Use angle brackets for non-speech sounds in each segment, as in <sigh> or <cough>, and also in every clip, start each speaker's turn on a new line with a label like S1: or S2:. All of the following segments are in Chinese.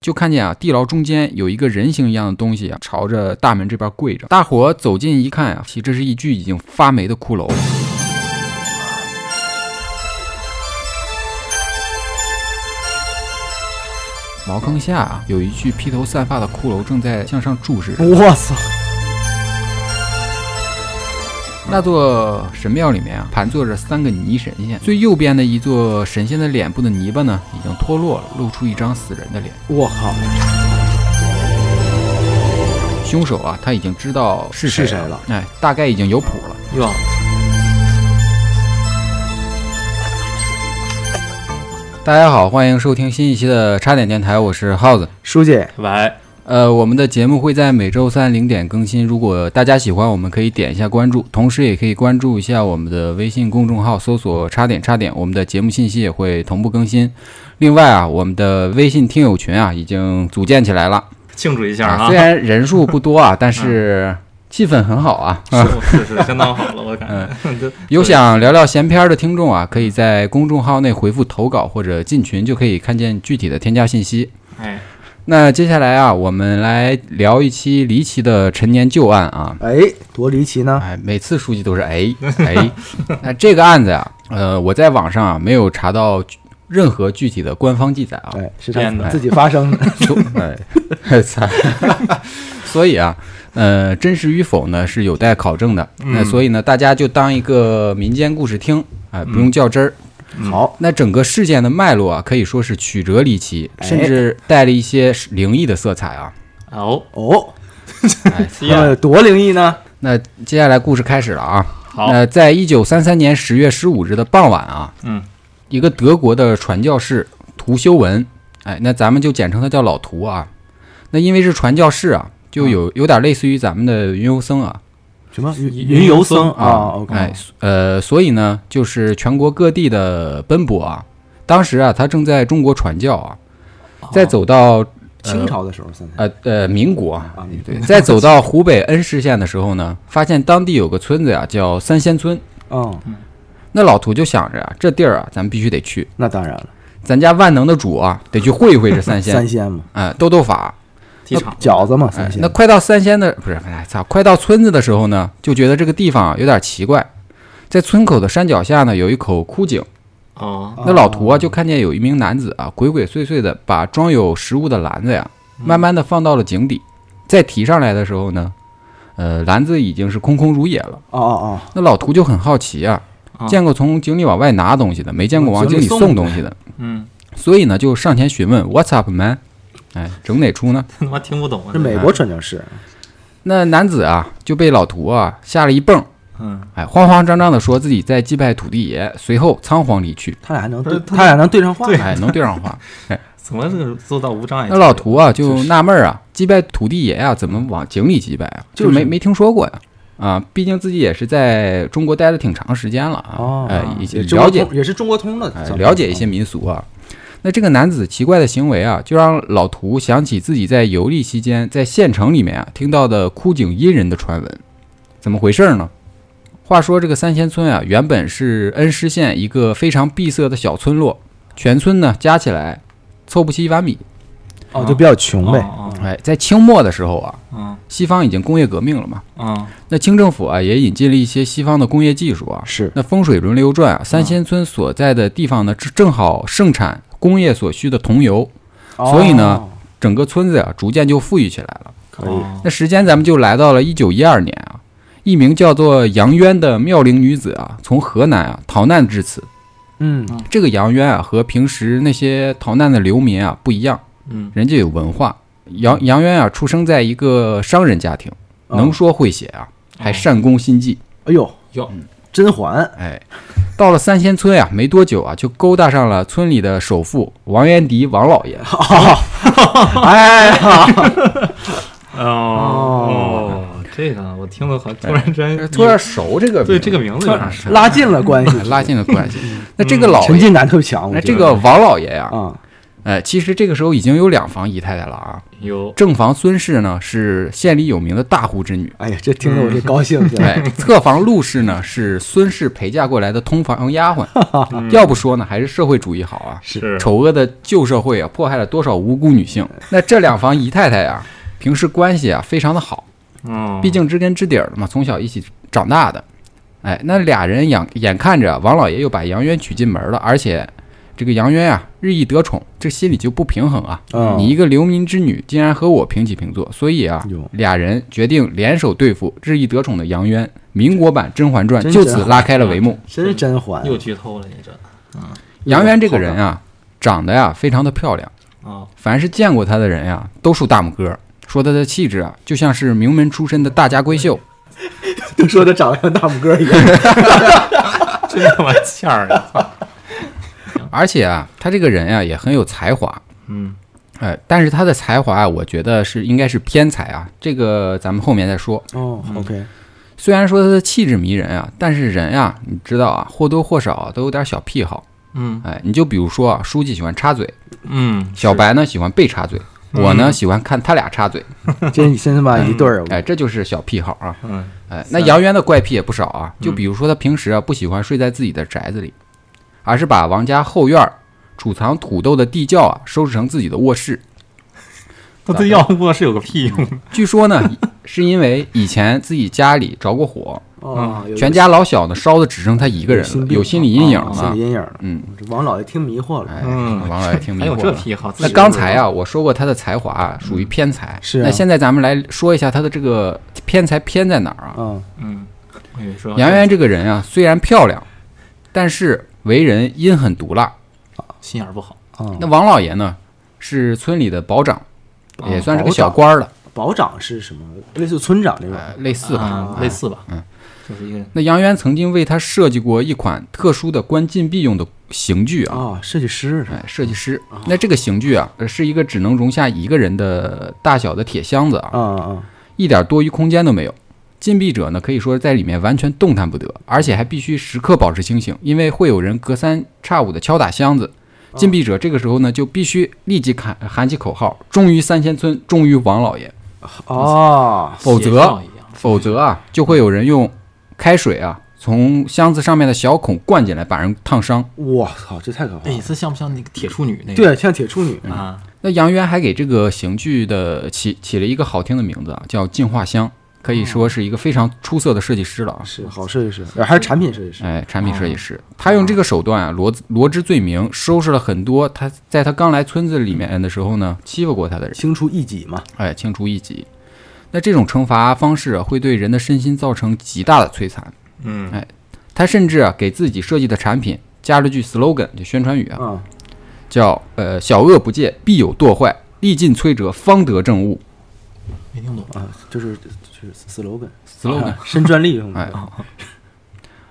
S1: 就看见啊，地牢中间有一个人形一样的东西啊，朝着大门这边跪着。大伙走近一看啊，其这是一具已经发霉的骷髅。茅坑下啊，有一具披头散发的骷髅正在向上注视着。
S2: 我操！
S1: 那座神庙里面啊，盘坐着三个泥神仙，最右边的一座神仙的脸部的泥巴呢，已经脱落了，露出一张死人的脸。
S2: 我靠！
S1: 凶手啊，他已经知道是谁
S2: 是谁了，
S1: 哎，大概已经有谱了。
S2: 哟，
S1: 大家好，欢迎收听新一期的差点电台，我是耗子。
S2: 书记，
S3: 喂，
S1: 呃，我们的节目会在每周三零点更新，如果大家喜欢，我们可以点一下关注，同时也可以关注一下我们的微信公众号，搜索“差点差点”，我们的节目信息也会同步更新。另外啊，我们的微信听友群啊已经组建起来了，
S3: 庆祝一下
S1: 啊、
S3: 啊
S1: 虽！然人数不多啊，但是气氛很好啊。
S3: 是是是，相当好了，我感觉。这
S1: 有想聊聊闲篇儿的听众啊，可以在公众号内回复投稿或者进群，就可以看见具体的添加信息。
S3: 哎，
S1: 那接下来啊，我们来聊一期离奇的陈年旧案啊。
S2: <laughs> 哎，多离奇呢！
S1: 哎，每次书记都是哎哎，那这个案子呀、呃，我在网上啊没有查到具任何具体的官方记载啊，
S2: 哎，是他
S3: 编的
S2: 自己发生的。
S1: 所哎，操！所以啊，呃，真实与否呢是有待考证的。那所以呢，大家就当一个民间故事听，哎、不用较真儿。
S3: 嗯
S2: <laughs> 好，
S1: 那整个事件的脉络啊，可以说是曲折离奇，
S2: 哎
S1: 甚至带了一些灵异的色彩啊。
S3: 哦，
S2: 哦，
S1: 哎
S2: 那
S3: 耶，
S2: 么多灵异呢？
S1: 那接下来故事开始了啊。
S3: 好，
S1: 那在一九三三年十月十五日的傍晚啊，
S3: 嗯，
S1: 一个德国的传教士涂修文，哎，那咱们就简称他叫老涂啊。那因为是传教士啊，就有有点类似于咱们的云游僧啊
S2: 什么
S3: 云
S2: 云游僧
S1: 啊
S2: 啊？OK，
S1: 哎，呃，所以呢，就是全国各地的奔波啊。当时啊，他正在中国传教啊，在走到
S2: 清朝的时候，现在
S1: 呃呃民国啊，
S2: 啊，
S1: 对， <laughs> 在走到湖北恩施县的时候呢，发现当地有个村子呀、叫三仙村。
S2: 嗯，
S1: 那老涂就想着啊，这地儿啊，咱们必须得去，
S2: 那当然了，
S1: 咱家万能的主啊，得去会一会这
S2: <laughs>
S1: 三仙，
S2: 三鲜嘛，
S1: 哎，斗斗法。
S3: 踢场
S2: 饺子嘛，
S1: 哎
S2: 三，鲜
S1: 那。快到三仙的不是，哎操，快到村子的时候呢，就觉得这个地方啊有点奇怪。在村口的山脚下呢，有一口枯井。
S3: 哦，
S1: 那老涂啊，就看见有一名男子啊，鬼鬼祟祟的把装有食物的篮子呀，慢慢的放到了井底。再提上来的时候呢，呃，篮子已经是空空如也了。
S2: 哦哦
S1: 那老涂就很好奇啊，
S3: 啊
S1: 见过从井里往外拿东西的，没见过往井里送东西的，
S3: 嗯，
S1: 所以呢就上前询问 “What's up, man？” 哎，整哪出呢？
S3: 他妈听不懂
S2: 哦，
S3: 啊
S2: 是！美国传教士，
S1: 那男子啊就被老涂啊吓了一蹦，
S3: 嗯，
S1: 哎，慌慌张张的说自己在祭拜土地爷，随后仓皇离去。
S2: 他俩还能
S3: 不是
S2: 对，
S3: 他
S2: 他俩能对上话，
S3: 对
S1: 哎，能对上话。
S3: 怎么是做到无障
S2: 哎
S3: 碍？
S1: 那老涂啊就纳闷儿啊，祭拜土地爷啊怎么往井里祭拜啊？
S2: 就是
S1: 没没听说过呀。啊，毕竟自己也是在中国待了挺长时间了啊，
S2: 哦
S1: 哎，已
S2: 也
S1: 经
S2: 中
S1: 了
S2: 国
S1: 解
S2: 通也是中国通的
S1: 哎，，了
S2: 哦
S1: 解一些民俗啊。那这个男子奇怪的行为啊，就让老涂想起自己在游历期间在县城里面啊听到的枯井阴人的传闻。怎么回事儿呢？话说这个三仙村啊，原本是恩施县一个非常闭塞的小村落，全村呢加起来凑不齐一碗米。
S2: 哦，就比较穷呗。
S3: 哦
S1: 哎，在清末的时候啊，
S3: 哦，
S1: 西方已经工业革命了嘛，
S3: 嗯嗯，
S1: 那清政府啊也引进了一些西方的工业技术啊，
S2: 是
S1: 那风水轮流转啊，三仙村所在的地方呢，正正好盛产工业所需的桐油，所以呢
S2: 哦，
S1: 整个村子呀、啊逐渐就富裕起来了。
S2: 可以
S3: 哦
S1: 那时间咱们就来到了一九一二年啊，一名叫做杨渊的妙龄女子啊，从河南啊逃难至此。
S2: 嗯，
S1: 这个杨渊啊，和平时那些逃难的流民啊不一样，
S3: 嗯，
S1: 人家有文化。杨杨渊啊，出生在一个商人家庭，能
S2: 哦
S1: 说会写啊，还
S3: 嗯哦
S1: 善攻心计。
S2: 哎呦，
S3: 哟，
S2: 甄嬛
S1: <laughs> 哎，到了三仙村呀、没多久啊，就勾搭上了村里的首富王元迪王老
S3: <laughs>
S1: 爷。
S2: 哎呀，
S3: 哦，这个我听的好，突然之间
S1: 哎突然熟这个，
S3: 对这个名字有
S1: <laughs>
S3: 点熟，嗯
S2: 拉近了关系，
S1: 啊拉近了关系。那这个老
S2: 沉
S1: 爷，
S2: 浸感特别强。我
S1: 那
S2: 觉
S1: 这
S2: 得
S1: 个王老爷呀、
S2: 啊，
S1: 呃，其实这个时候已经有两房姨太太了啊。
S3: 有
S1: 正房孙氏呢是县里有名的大户
S3: <laughs>
S1: 之女，
S2: 哎呀，这听着我就高兴起来。
S1: <laughs> 哎，侧房陆氏呢是孙氏陪嫁过来的通房丫鬟。
S3: 嗯
S1: 要不说呢，还是社会主义好啊！
S3: 是
S1: 丑恶的旧社会啊，迫害了多少无辜女 <laughs> 性？那这两房姨太太呀、平时关系啊非常的好，
S3: 嗯，
S1: 毕竟知根知底儿的嘛，从小一起长大的。哎，那俩人眼眼看着王老爷又把杨渊娶进门了，而且这个杨渊啊日益得宠，这心里就不平衡啊。
S2: 嗯
S1: 你一个流民之女，竟然和我平起平坐，所以啊
S2: 哟，
S1: 俩人决定联手对付日益得宠的杨渊。民国版《甄嬛传》嗯
S2: 真
S1: 就
S2: 真
S1: 此
S2: 好
S1: 拉开了帷幕。
S2: 真是甄 <laughs> 嬛，
S3: 又剧透了，你这
S1: 杨渊这个人啊，长得呀非常的漂亮，
S3: 啊，
S1: 凡是见过她的人呀，都竖大拇哥，说她的气质啊，就像是名门出身的大家闺秀。
S2: 就说这长得像大拇哥
S1: <laughs>
S2: 一样，
S3: 真他妈欠儿啊！
S1: 而且啊，她这个人呀也很有才华，
S3: 嗯，
S1: 哎，但是她的才华啊，我觉得是应该是偏才啊，这个咱们后面再说。
S2: 哦，OK，
S1: 虽然说她的气质迷人啊，但是人啊，你知道啊，或多或少啊都有点小癖好。
S3: 嗯
S1: 哎，你就比如说啊，书记喜欢插嘴，
S3: 嗯，
S1: 小白呢喜欢被插嘴，我呢
S3: 嗯
S1: 喜欢看他俩插嘴。
S2: 真真他妈一对儿，
S1: 哎，这就是小癖好啊。
S3: 是，嗯
S1: 哎，那
S3: 三
S1: 杨渊的怪癖也不少啊，就
S3: 嗯
S1: 比如说他平时啊不喜欢睡在自己的宅子里，而是把王家后院儿储藏土豆的地窖啊收拾成自己的卧室。
S3: 那对药卧室有个屁用？
S1: 据说呢，是因为以前自己家里着过火，
S2: 哦，有
S1: 嗯全家老小呢烧的只剩他一个人了，有心理阴影
S2: 哦心
S1: 了
S2: 理。阴影了。
S1: 嗯，
S2: 这王老爷听迷惑了，
S1: 哎，
S3: 嗯
S1: 王老爷听迷
S3: 还
S1: 惑
S3: 有这
S1: 了。
S3: 癖好？自
S1: 那
S3: 己
S1: 刚才啊，我说过他的才华啊属于偏才，
S2: 是啊
S1: 那现在咱们来说一下他的这个偏才偏在哪儿啊？
S2: 嗯，
S3: 都不知道，嗯，我跟你说，
S1: 杨渊这个人啊，虽然漂亮，但是为人阴狠毒辣。
S3: 心眼儿不好，
S2: 哦
S1: 那王老爷呢，是村里的保长，
S3: 哦
S1: 也算是个小官儿了，
S2: 保长是什么？类似村长这种，
S1: 呃，类似吧。
S3: 啊
S2: 哎
S3: 类似吧，
S1: 嗯，
S3: 就是一个人，
S1: 那杨渊曾经为他设计过一款特殊的关禁闭用的刑具啊，
S2: 哦，设计师
S1: 哎，设计师。那这个刑具啊，呃是一个只能容下一个人的大小的铁箱子啊，
S2: 啊啊，
S1: 一点多余空间都没有。禁闭者呢，可以说在里面完全动弹不得，而且还必须时刻保持清醒，因为会有人隔三差五的敲打箱子。禁闭者这个时候呢，就必须立即喊喊起口号：“忠于三千村，忠于王老爷。”
S2: 哦，
S1: 否
S3: 邪
S1: 则
S3: 教一样
S1: 否则啊，就会有人用开水啊从箱子上面的小孔灌进来，把人烫伤。
S2: 我操，这太可怕
S3: 哎，
S2: 了。
S3: 这像不像那个铁处女那个？
S2: 对，像铁处女，
S3: 啊，
S1: 那杨渊还给这个刑具的起起了一个好听的名字啊，叫净化箱，可以说是一个非常出色的设计师了啊。
S2: 是好设计师，呃还是哦产品设计师？
S1: 哎，产品设计师，他用这个手段啊，罗罗织罪名，收拾了很多他在他刚来村子里面的时候呢，欺负过他的人，
S2: 清除异己嘛，
S1: 哎，清除异己。那这种惩罚方式、啊、会对人的身心造成极大的摧残，
S3: 嗯
S1: 他甚至啊给自己设计的产品加了句 slogan，就宣传语啊，
S2: 啊，
S1: 叫呃小恶不戒，必有堕坏，历尽摧折，方得正悟。
S3: 没听懂
S2: 啊，就是就是 slogan
S1: <laughs> slogan，、
S2: 啊身专利用
S1: 哎
S2: 的，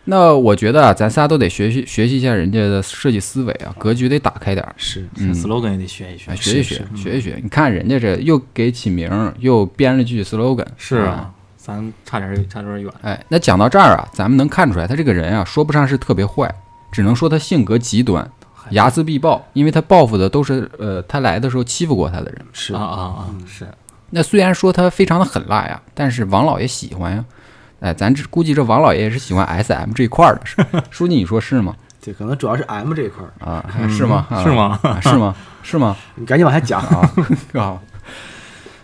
S1: 那我觉得啊，咱仨都得学习学习一下人家的设计思维啊，格局得打开点儿，
S2: 是
S1: 嗯
S3: ，slogan 也得学一学嗯
S1: 哎，，学一
S2: 是
S1: 学，学一学。你看人家这又给起名儿，又编了句 slogan，
S3: 是啊，咱差点儿差点儿远，
S1: 哎，那讲到这儿啊，咱们能看出来他这个人啊，说不上是特别坏，只能说他性格极端，睚眦必报，因为他报复的都是呃他来的时候欺负过他的人。
S2: 是
S3: 啊啊啊，是
S1: 那虽然说他非常的狠辣呀，但是王老爷喜欢呀。哎，咱这估计这王老爷也是喜欢 S M 这一块儿的，是
S3: <laughs>
S1: 书记你说是吗？
S2: 对，可能主要是 M 这一块儿，
S1: 啊，是吗？啊
S3: 哎嗯是？吗？
S1: 啊是吗？是吗？
S2: 你赶紧往下讲，
S1: <laughs> 啊，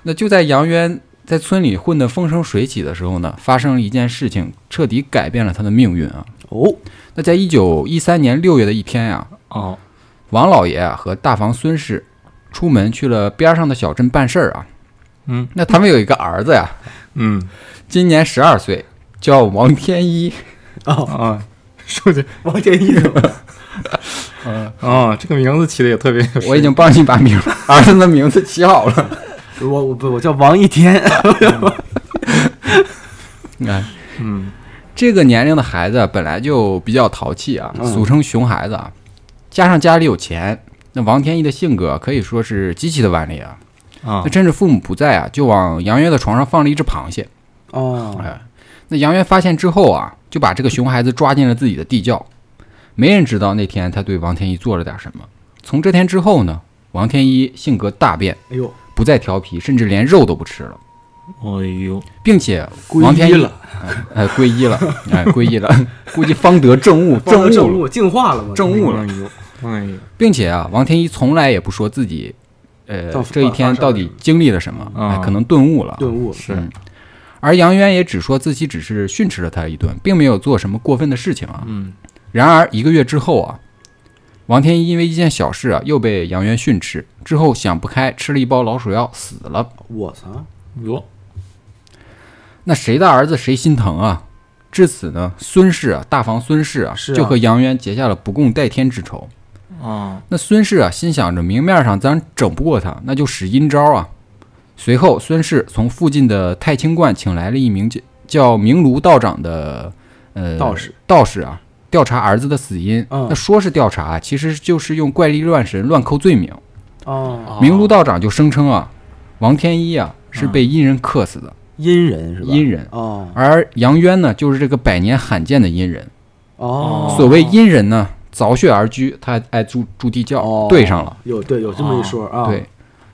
S1: 那就在杨渊在村里混得风生水起的时候呢，发生了一件事情，彻底改变了他的命运啊。
S2: <laughs> 哦，
S1: 那在一九一三年六月的一天呀、
S3: 哦，
S1: 王老爷啊和大房孙氏出门去了边上的小镇办事儿啊。
S3: 嗯
S1: 那他们有一个儿子呀，
S3: 嗯
S1: 今年十二岁，叫王天一。
S3: 啊，数据
S2: 王天一是吧
S3: 哦，这个名字起的也特别有
S1: 我已经帮你把名儿儿子的名字起好了。 <laughs>
S2: 我我不我叫王一天，
S1: 哎，
S3: 嗯
S1: 这个年龄的孩子本来就比较淘气啊，
S2: 嗯
S1: 俗称熊孩子啊，加上家里有钱，那王天一的性格可以说是极其的顽劣啊。
S2: 嗯
S3: 啊
S1: 那趁着父母不在啊，就往杨渊的床上放了一只螃蟹。
S2: 哦，
S1: 哎，那杨渊发现之后啊，就把这个熊孩子抓进了自己的地窖。没人知道那天他对王天一做了点什么。从这天之后呢，王天一性格大变，
S2: 哎呦，
S1: 不再调皮，甚至连肉都不吃了，
S4: 哎呦，
S1: 并且王
S2: 皈
S1: 天
S2: 依
S1: 一
S2: 了，
S1: 哎，皈依了，哎，皈依了， <laughs> 估计方得正悟，
S2: 正
S1: 正悟了，
S2: 悟净化了嘛，
S1: 正悟了
S3: 哎呦，哎呦，
S1: 并且啊，王天一从来也不说自己，呃
S2: 到，
S1: 这一天到底经历了什么，
S3: 啊
S1: 哎，可能顿悟了。
S2: 顿悟了，
S3: 是
S1: 嗯而杨渊也只说自己只是训斥了他一顿，并没有做什么过分的事情啊。
S3: 嗯，
S1: 然而一个月之后啊，王天一因为一件小事啊，又被杨渊训斥，之后想不开，吃了一包老鼠药死了。
S2: 我操，
S3: 哟，
S1: 那谁的儿子谁心疼啊？至此呢，孙氏啊，大房孙氏啊，
S2: 是啊
S1: 就和杨渊结下了不共戴天之仇。
S3: 啊，
S1: 那孙氏啊，心想着明面上咱整不过他，那就使阴招啊。随后，孙氏从附近的太清观请来了一名叫叫明炉道长的呃
S2: 道士，
S1: 道士啊，调查儿子的死因。
S2: 嗯
S1: 那说是调查，啊其实就是用怪力乱神乱扣罪名。
S2: 哦，
S1: 明炉道长就声称啊，王天一啊是被阴人克死的，
S2: 阴人嗯是吧？
S1: 阴人。
S2: 哦
S1: 而杨渊呢，就是这个百年罕见的阴人。
S2: 哦，
S1: 所谓阴人呢，凿穴而居，他爱住住地窖，
S2: 哦
S1: 对上了。
S2: 有对有这么一说啊，
S1: 对，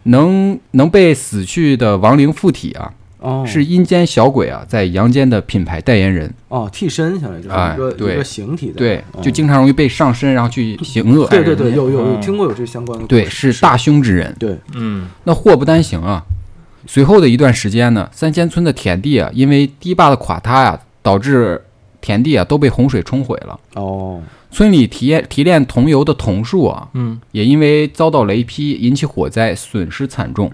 S1: 能能被死去的亡灵附体啊，
S2: 哦
S1: 是阴间小鬼啊在阳间的品牌代言人，
S2: 哦替身相当于就是
S1: 哎
S2: 一个
S1: 对
S2: 一个形体的，
S1: 对，就
S2: 嗯
S1: 经常容易被上身，然后去行恶害
S2: 对
S1: 人的。
S2: 对对，有有有
S3: 嗯
S2: 听过有这相关的故事，
S1: 对是大凶之人。
S2: 对
S3: 嗯，
S1: 那祸不单行啊，随后的一段时间呢，三千村的田地啊，因为堤坝的垮塌呀、导致田地啊都被洪水冲毁了。
S2: 哦
S1: 村里提炼提炼桐油的桐树啊，
S3: 嗯，
S1: 也因为遭到雷劈引起火灾，损失惨重。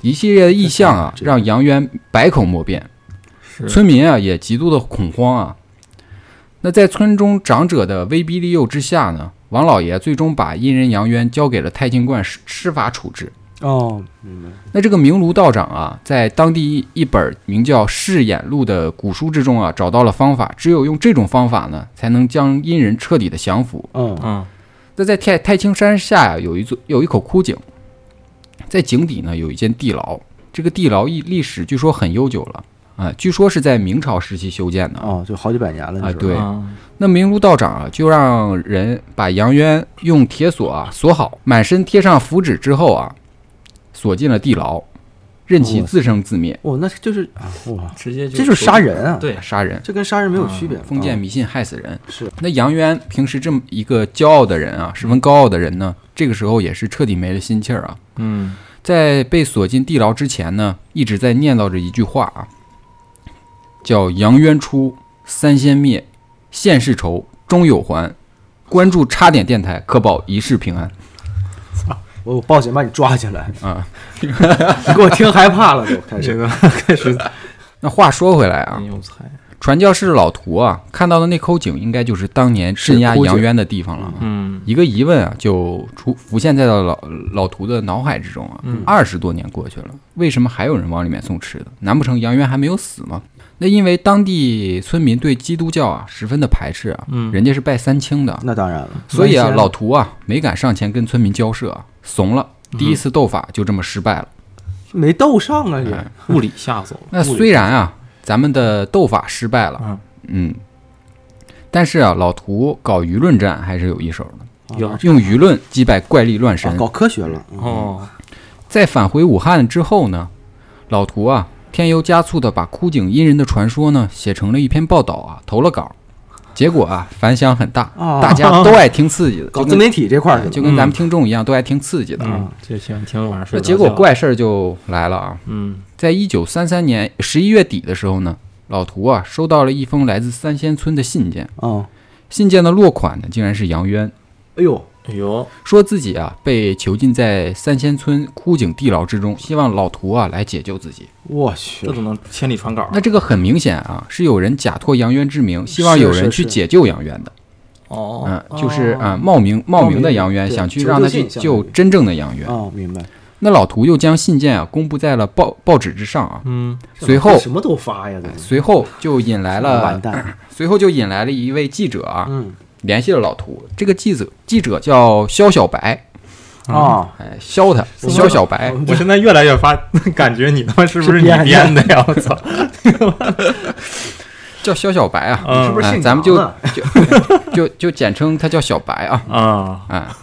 S1: 一系列的异象啊，
S2: 这
S1: 让杨渊百口莫辩，
S3: 是，
S1: 村民啊也极度的恐慌啊。那在村中长者的威逼利诱之下呢，王老爷最终把阴人杨渊交给了太清观施施法处置。
S2: 哦明白
S1: 那这个明炉道长啊，在当地一本名叫《释眼录》的古书之中啊，找到了方法，只有用这种方法呢，才能将阴人彻底的降服。
S2: 嗯
S3: 啊，
S1: 那在太太清山下呀、有一座有一口枯井，在井底呢有一间地牢，这个地牢一历史据说很悠久了啊，据说是在明朝时期修建的啊。
S2: 哦就好几百年了
S1: 啊
S2: 那时候
S1: 对
S3: 啊
S1: 那明如道长啊，就让人把杨渊用铁锁啊锁好，满身贴上符纸之后啊，锁进了地牢，任其
S2: 哇
S1: 自生自灭，
S2: 哦那就是啊哇
S4: 直接就
S2: 这就是杀人啊，
S4: 对，
S1: 杀人。
S2: 这跟杀人没有区别，
S1: 封建
S2: 啊
S1: 迷信害死人。
S2: 是
S1: 那杨渊平时这么一个骄傲的人啊，十分高傲的人呢，这个时候也是彻底没了心气儿啊。
S3: 嗯，
S1: 在被锁进地牢之前呢，一直在念叨着一句话啊，叫“杨渊出，三仙灭，现世仇，终有还”。关注差点电台，可保一世平安
S2: 我我报警把你抓起来，
S1: 啊！
S2: 你给我听害怕了都开
S3: 这
S1: <laughs>
S2: 始
S3: 个开始
S1: 那话说回来啊
S3: 很，有才，
S1: 传教士老图啊看到的那口井，应该就是当年镇压杨渊的地方了啊。
S3: 嗯
S1: 一个疑问啊，就出浮现在了老老图的脑海之中啊。
S3: 嗯
S1: 二十多年过去了，为什么还有人往里面送吃的？难不成杨渊还没有死吗？那因为当地村民对基督教啊十分的排斥啊，
S3: 嗯
S1: 人家是拜三清的，
S2: 那当然了，
S1: 所以啊，
S2: 原先
S1: 老图啊没敢上前跟村民交涉啊，怂了。
S3: 嗯
S1: 第一次斗法就这么失败了。
S2: 没斗上啊也
S1: 哎
S3: 物理吓走了，
S1: 那
S3: 物理
S1: 虽然啊，咱们的斗法失败了
S3: 嗯，
S1: 嗯，但是啊，老图搞舆论战还是有一手的，
S3: <laughs> 有
S2: 啊
S1: 用舆论击败怪力乱神
S2: 啊，搞科学了，嗯
S3: 哦，
S1: 在返回武汉之后呢，老图啊添油加醋的把枯井阴人的传说呢写成了一篇报道啊，投了稿，结果啊反响很大，
S2: 啊
S1: 大家都爱听刺激的，
S2: 搞
S1: 就
S2: 自
S1: 跟
S2: 媒体这块儿去
S1: 就
S2: 了，
S1: 跟咱们听众一样，都爱听刺激的。啊。
S3: 嗯，这行听晚上
S1: 那
S3: 睡不着
S1: 结果
S3: 觉，
S1: 怪事儿就来了啊，
S3: 嗯
S1: 在一九三三年十一月底的时候呢，老图啊收到了一封来自三仙村的信件，
S2: 啊，
S1: 信件的落款呢竟然是杨渊，
S2: 哎呦
S4: 哎呦，
S1: 说自己啊被囚禁在三仙村枯井地牢之中，希望老图啊来解救自己。
S2: 我去
S3: 这，都能千里传稿，啊
S1: 那这个很明显啊，是有人假托杨渊之名，希望有人去解救杨渊的。
S3: 哦，
S1: 嗯，就是啊，冒名冒名的杨渊
S2: 对
S1: 想去让他去救真正的杨渊。
S2: 啊明白，
S1: 那老图又将信件啊公布在了报报纸之上啊，
S3: 嗯
S1: 随后啊
S2: 什么都发呀，怎么
S1: 随后就引来
S2: 完
S1: 了，啊
S2: 蛋，
S1: 随后就引来了一位记者啊，
S2: 嗯
S1: 联系了老图。这个记者记者叫肖小白，
S2: 啊，
S1: 哎，肖他
S2: 么
S1: 肖小白，
S3: 我现在越来越发 <laughs> 感觉你他妈是不是你
S2: 是编
S3: 编的 <laughs> 呀？我操！
S1: 叫肖小白啊，
S2: 你是不是
S1: 哎
S2: 姓
S1: 咱们就
S2: 杨啊
S1: <laughs> 就就就简称他叫小白啊。
S3: 啊，
S1: 啊，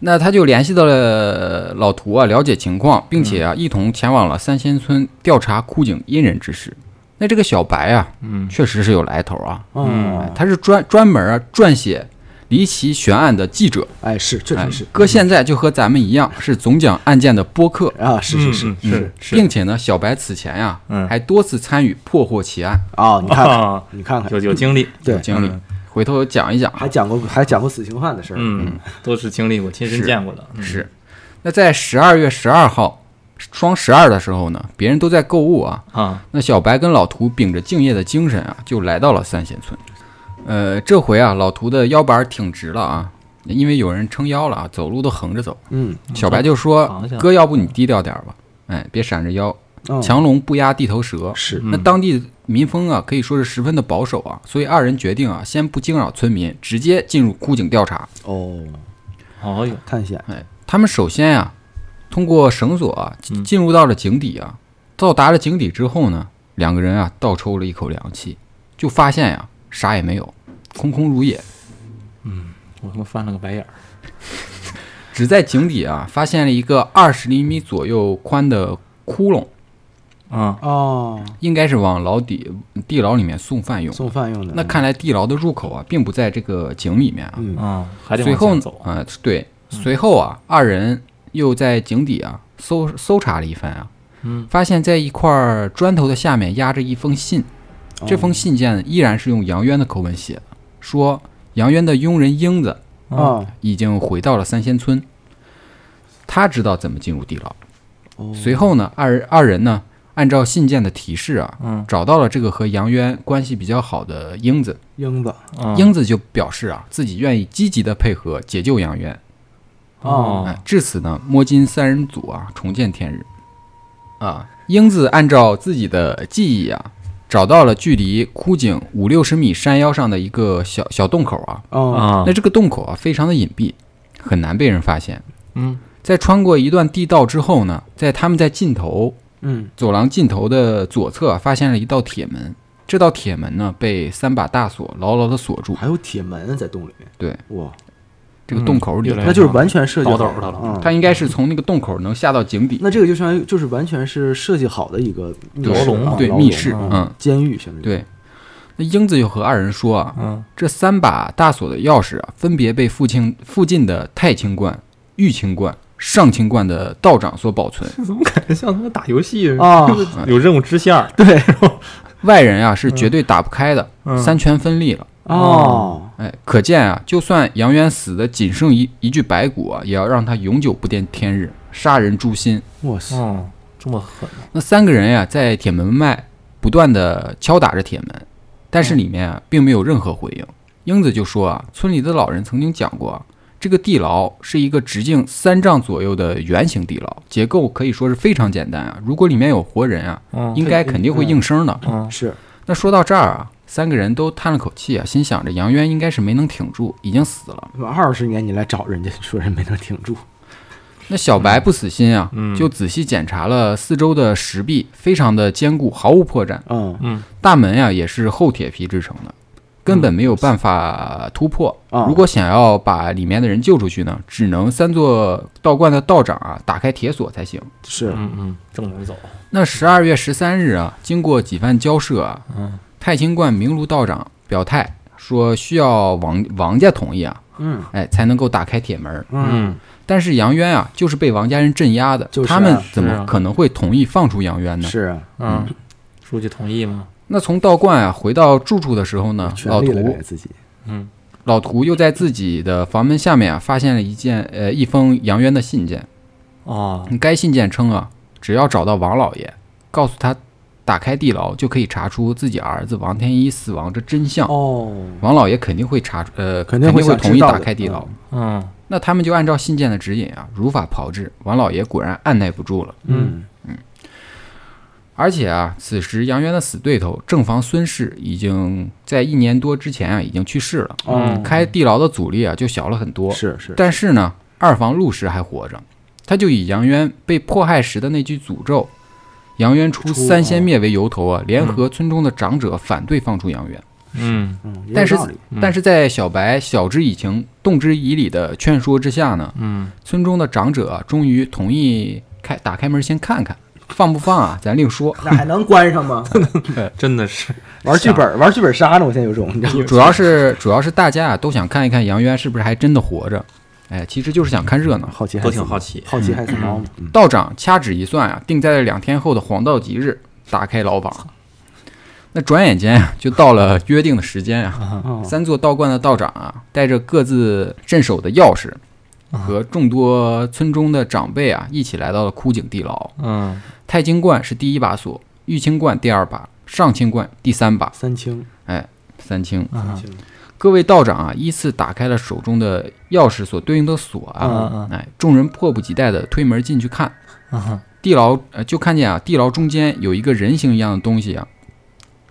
S1: 那他就联系到了老涂啊，了解情况，并且啊，
S3: 嗯
S1: 一同前往了三仙村调查枯井阴人之事。那这个小白啊，
S3: 嗯
S1: 确实是有来头啊，哎
S2: 嗯，
S1: 他是专专门啊撰写离奇悬案的记者，
S2: 哎，是，确
S1: 哎
S2: 实是，
S1: 搁现在就和咱们一样，是总讲案件的播客。
S2: 啊，是是是
S3: 嗯嗯是嗯是
S1: 并且呢，小白此前呀、
S3: 嗯
S1: 还多次参与破获奇案，
S2: 啊，你看看，
S3: 啊，
S2: 你看看，
S3: 有
S2: <laughs>
S3: 有经历，
S2: 对
S1: 有，经历，回头讲一讲啊。
S2: 还讲过还讲过死刑犯的事儿，
S3: 嗯，都是经历过，亲身
S1: 是
S3: 见过的，嗯
S1: 是，那在十二月十二号双十二的时候呢，别人都在购物啊，
S3: 啊，
S1: 那小白跟老涂秉着敬业的精神啊，就来到了三贤村。呃，这回啊，老涂的腰板儿挺直了啊，因为有人撑腰了啊，走路都横着走。
S2: 嗯，
S1: 小白就说
S3: 扛一下：“
S1: 哥，要不你低调点儿吧，哎，别闪着腰，
S2: 嗯
S1: 强龙不压地头蛇。
S2: 是
S1: 那当地民风啊，可以说是十分的保守啊，所以二人决定啊，先不惊扰村民，直接进入枯井调查。
S2: 哦，
S3: 哦哟，
S2: 探险，
S1: 哎，他们首先啊，通过绳索啊，进
S3: 嗯
S1: 进入到了井底啊。到达了井底之后呢，两个人啊倒抽了一口凉气，就发现呀、啥也没有，空空如也，
S3: 我他妈翻了个白眼儿，
S1: 只在井底啊发现了一个二十厘米左右宽的窟窿，
S3: 啊，
S2: 哦，
S1: 应该是往牢底地牢里面送饭用。
S2: 送饭用的，
S1: 那看来地牢的入口啊，并不在这个井里面啊。
S2: 嗯，
S3: 啊，还得
S1: 随
S3: 往
S1: 后
S3: 前
S1: 呢
S3: 走，
S1: 啊、对，随后啊，二人又在井底啊搜搜查了一番啊，
S3: 嗯，
S1: 发现在一块砖头的下面压着一封信，
S2: 哦
S1: 这封信件依然是用杨渊的口吻写的，说杨渊的佣人英子
S2: 啊，
S1: 已经回到了三仙村，他知道怎么进入地牢。
S2: 哦
S1: 随后呢，二人二人呢按照信件的提示啊，
S3: 嗯
S1: 找到了这个和杨渊关系比较好的英子，
S2: 英子，
S3: 啊
S1: 英子就表示啊自己愿意积极的配合解救杨渊。
S3: 哦
S1: 哎，至此呢，摸金三人组啊重见天日。啊，英子按照自己的记忆啊，找到了距离枯井五六十米山腰上的一个小小洞口啊。
S2: 哦，
S3: 啊
S1: 那，这个洞口啊，非常的隐蔽，很难被人发现。
S3: 嗯
S1: 在穿过一段地道之后呢，在他们在尽头
S2: 嗯，
S1: 走廊尽头的左侧啊、发现了一道铁门。这道铁门呢，被三把大锁牢牢的锁住。
S2: 还有铁门在洞里面，
S1: 对，
S2: 哇，
S1: 这个洞口里，
S3: 嗯越来
S2: 那就是完全设计好
S3: 倒斗的了
S2: 嗯
S1: 它应该是从那个洞口能下到井底。
S2: 那这个就相当于就是完全是设计好的一个密室
S3: 牢笼
S2: 啊
S3: 嘛
S1: 对
S2: 牢
S1: 密
S2: 笼
S1: 室
S2: 啊
S1: 嗯
S2: 监狱相当于，
S1: 对，那英子就和二人说啊，
S3: 嗯
S1: 这三把大锁的钥匙啊，分别被附近附近的太清观、玉清观、上清观的道长所保存。
S3: 这怎么感觉像他妈打游戏
S2: 啊？
S3: 哦有任务支线儿，
S1: 外人啊是绝对打不开的，
S3: 嗯
S1: 三权分立了。
S2: 哦，
S1: 哎，可见啊，就算杨渊死的仅剩一一具白骨啊，也要让他永久不见天日，杀人诛心。
S2: 哇塞，
S3: 哦，这么狠啊，
S1: 那三个人呀、在铁门外不断的敲打着铁门，但
S3: 嗯
S1: 是里面啊并没有任何回应。英子就说啊，村里的老人曾经讲过啊，这个地牢是一个直径三丈左右的圆形地牢，结构可以说是非常简单啊。如果里面有活人啊，
S3: 嗯
S1: 应该肯定会应声的。
S3: 嗯
S2: 是，
S1: 那说到这儿啊，三个人都叹了口气啊，心想着杨渊应该是没能挺住，已经死了。
S2: 二十年你来找人家，说人没能挺住，
S1: 那小白不死心啊，
S3: 嗯
S1: 就仔细检查了四周的石壁，非常的坚固，毫无破绽。
S2: 嗯
S3: 嗯
S1: 大门呀、也是厚铁皮制成的，根本没有办法突破。
S2: 啊，
S1: 如果想要把里面的人救出去呢，只能三座道观的道长啊打开铁锁才行。
S2: 是
S3: 嗯嗯，正着走，
S1: 那十二月十三日啊，经过几番交涉啊，
S3: 嗯
S1: 太清观明如道长表态说需要王王家同意啊，
S2: 嗯
S1: 哎才能够打开铁门儿。
S2: 嗯，
S1: 但是杨渊啊，就是被王家人镇压的，
S2: 就是啊
S1: 他们怎
S3: 是啊
S1: 么可能会同意放出杨渊呢？
S2: 是啊，
S3: 嗯，书记同意吗？
S1: 那从道观啊回到住处的时候呢，
S2: 权
S1: 老
S2: 力了感
S1: 涂
S2: 觉自己，
S3: 嗯
S1: 老涂又在自己的房门下面啊，发现了一件呃一封杨渊的信件。
S3: 哦
S1: 该信件称啊，只要找到王老爷，告诉他打开地牢，就可以查出自己儿子王天一死亡的真相。
S2: 哦，
S1: 王老爷肯定会查出，呃，
S2: 肯
S1: 肯
S2: 定会
S1: 会
S2: 想
S1: 同
S2: 知
S1: 意
S2: 道
S1: 打
S2: 的
S1: 开地牢。
S3: 嗯
S1: 那他们就按照信件的指引啊，如法炮制。王老爷果然按耐不住了。
S2: 嗯，
S1: 而且啊，此时杨渊的死对头正房孙氏已经在一年多之前啊已经去世了，
S2: 哦
S1: 开地牢的阻力啊就小了很多。
S2: 是是，
S1: 但是呢，二房陆氏还活着，他就以杨渊被迫害时的那句诅咒“杨渊出
S2: 出
S1: 三仙灭”为由头啊，联合村中的长者反对放出杨渊。
S3: 嗯
S2: 嗯，也有
S1: 但是
S2: 道理，
S3: 嗯
S1: 但是在小白晓之以情动之以理的劝说之下呢，
S3: 嗯，
S1: 村中的长者、啊、终于同意开打开门先看看，放不放啊，咱另说。
S2: 那还能关上吗？
S3: 真的是
S2: <laughs> 玩剧本，玩剧本杀呢，我现在有种，你知道吗？
S1: 主要是主要是大家啊都想看一看杨渊是不是还真的活着，哎，其实就是想看热闹。
S2: <laughs> 好奇还
S3: 都挺
S2: 挺
S3: 好奇。
S2: 好奇害死猫嘛。嗯
S1: 道长掐指一算啊，定在了两天后的黄道吉日，打开牢房。那转眼间啊，就到了约定的时间啊。
S2: 哦
S1: 三座道观的道长啊，带着各自镇守的钥匙，
S3: 啊
S1: 和众多村中的长辈啊，一起来到了枯井地牢。
S3: 嗯，
S1: 太清观是第一把锁，玉清观第二把，上清观第三把，
S2: 三清，
S1: 三清。
S2: 三
S3: 嗯
S2: 清，
S1: 各位道长啊，依次打开了手中的钥匙所对应的锁啊，
S3: 嗯
S1: 哎，众人迫不及待地推门进去看。
S3: 嗯
S1: 地牢呃，就看见啊，地牢中间有一个人形一样的东西啊，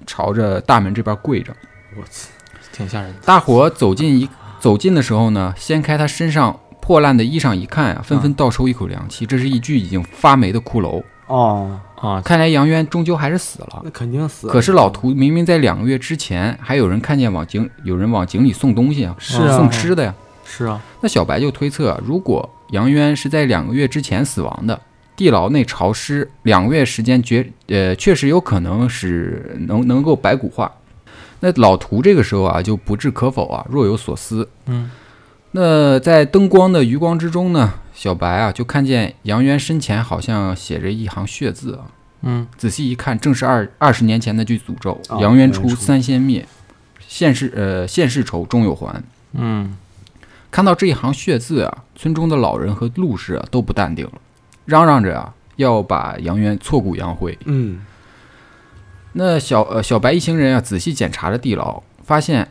S1: 朝着大门这边跪着。
S2: 我操，
S3: 挺吓人的。
S1: 大伙走近一走近的时候呢，掀开他身上破烂的衣裳一看啊，纷纷倒抽一口凉气。这是一具已经发霉的骷髅，
S2: 哦，
S3: 啊，
S1: 看来杨渊终究还是死了。
S2: 那肯定死。
S1: 可是老图明明在两个月之前，还有人看见往井有人往井里送东西啊，
S2: 是啊
S1: 送吃的呀。
S3: 是啊，
S1: 那小白就推测啊，如果杨渊是在两个月之前死亡的，地牢内潮湿，两个月时间绝呃确实有可能使能能够白骨化。那老图这个时候啊就不置可否啊，若有所思。
S3: 嗯，
S1: 那在灯光的余光之中呢，小白啊就看见杨渊身前好像写着一行血字啊，
S3: 嗯，
S1: 仔细一看，正是二二十年前那句诅咒：“
S2: 哦
S1: 杨渊
S2: 杨
S1: 出
S2: 渊出
S1: 三仙灭，现世呃现世仇终有还。”
S3: 嗯，
S1: 看到这一行血字啊，村中的老人和路士啊都不淡定了，嚷嚷着啊要把杨渊挫骨扬灰。
S2: 嗯，
S1: 那小呃小白一行人啊仔细检查了地牢，发现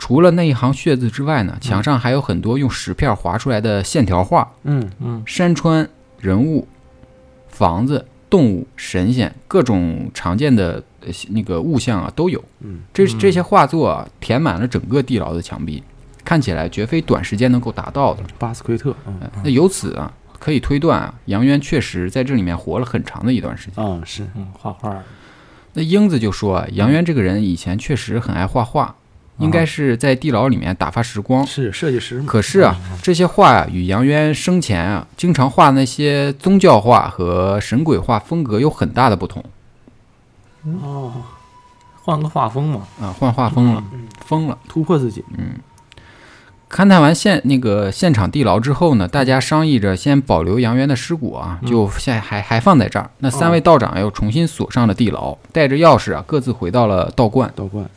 S1: 除了那一行血字之外呢，墙上还有很多用石片划出来的线条画，
S2: 嗯
S3: 嗯，
S1: 山川、人物、房子、动物、神仙各种常见的呃那个物象啊都有。
S2: 嗯，
S1: 这这些画作啊填满了整个地牢的墙壁，看起来绝非短时间能够达到的。
S2: 巴斯奎特，嗯，
S1: 那由此啊，可以推断啊，杨渊确实在这里面活了很长的一段时间。
S2: 嗯是，
S3: 嗯，画画，
S1: 那英子就说啊，杨渊这个人以前确实很爱画画，应该是在地牢里面打发时光。
S2: 哦是设计师嘛？
S1: 可是啊，这些画呀、与杨渊生前啊经常画那些宗教画和神鬼画风格有很大的不同
S2: 哦，
S3: 换个画风嘛。
S1: 啊，换画风了，疯了。
S2: 突破自己，
S1: 勘探完现那个现场地牢之后呢，大家商议着先保留杨渊的尸骨啊，
S3: 嗯
S1: 就现在还还放在这儿。那三
S3: 哦
S1: 位道长又重新锁上了地牢，带着钥匙啊，各自回到了道观。
S2: 道观，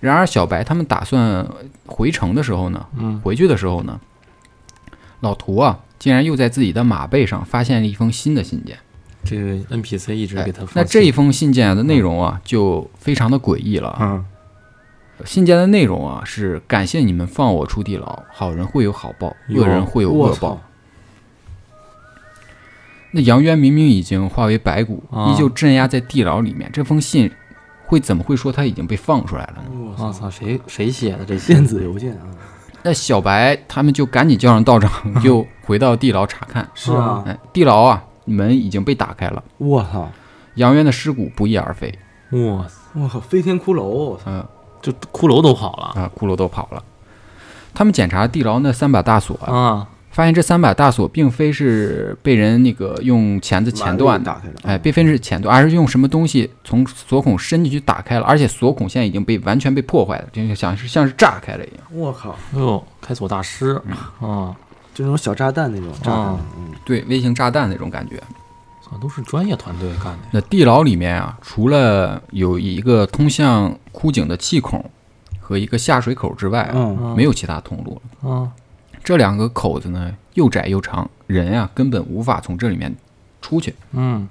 S1: 然而小白他们打算回城的时候呢，
S3: 嗯
S1: 回去的时候呢，老图啊，竟然又在自己的马背上发现了一封新的信件。
S3: 这个 NPC 一直
S1: 哎
S3: 给他放
S1: 那这一封信件的内容啊，就非常的诡异了啊。
S3: 嗯
S1: 信件的内容啊是感谢你们放我出地牢，好人会有好报，
S3: 哟
S1: 恶人会有
S2: 我
S1: 恶
S2: 操
S1: 报。，那杨渊明明已经化为白骨，
S3: 啊
S1: 依旧镇压在地牢里面，这封信会怎么会说他已经被放出来了呢？
S2: 我
S3: 我
S2: 操，
S3: 操，谁谁写的这些？
S2: 电子邮件啊，
S1: 那小白他们就赶紧叫上道长，就回到地牢查看。
S2: 是啊，
S1: 哎，地牢啊门已经被打开了，
S2: 我操，
S1: 杨渊的尸骨不翼而飞，
S3: 哇塞，
S2: 我靠，飞天骷髅，我操，
S1: 嗯、
S3: 这骷髅都跑了
S1: 啊，骷髅都跑了。他们检查地牢那三把大锁啊，
S3: 啊！
S1: 发现这三把大锁并非是被人那个用钳子钳断的，
S2: 打开了，
S1: 哎，并非是前段，而是用什么东西从锁孔伸进去打开了，而且锁孔现在已经被完全被破坏了，就像是像是炸开了一样。
S2: 我靠，
S3: 哎呦，开锁大师啊，
S2: 就那种小炸弹那种炸弹
S3: 哦，
S2: 嗯，
S1: 对，微型炸弹那种感觉。
S3: 操，都是专业团队干的呀。
S1: 那地牢里面啊，除了有一个通向枯井的气孔和一个下水口之外啊，
S2: 嗯
S1: 没有其他通路了。
S3: 啊，
S1: 这两个口子呢，又窄又长，人啊根本无法从这里面出去。
S3: 嗯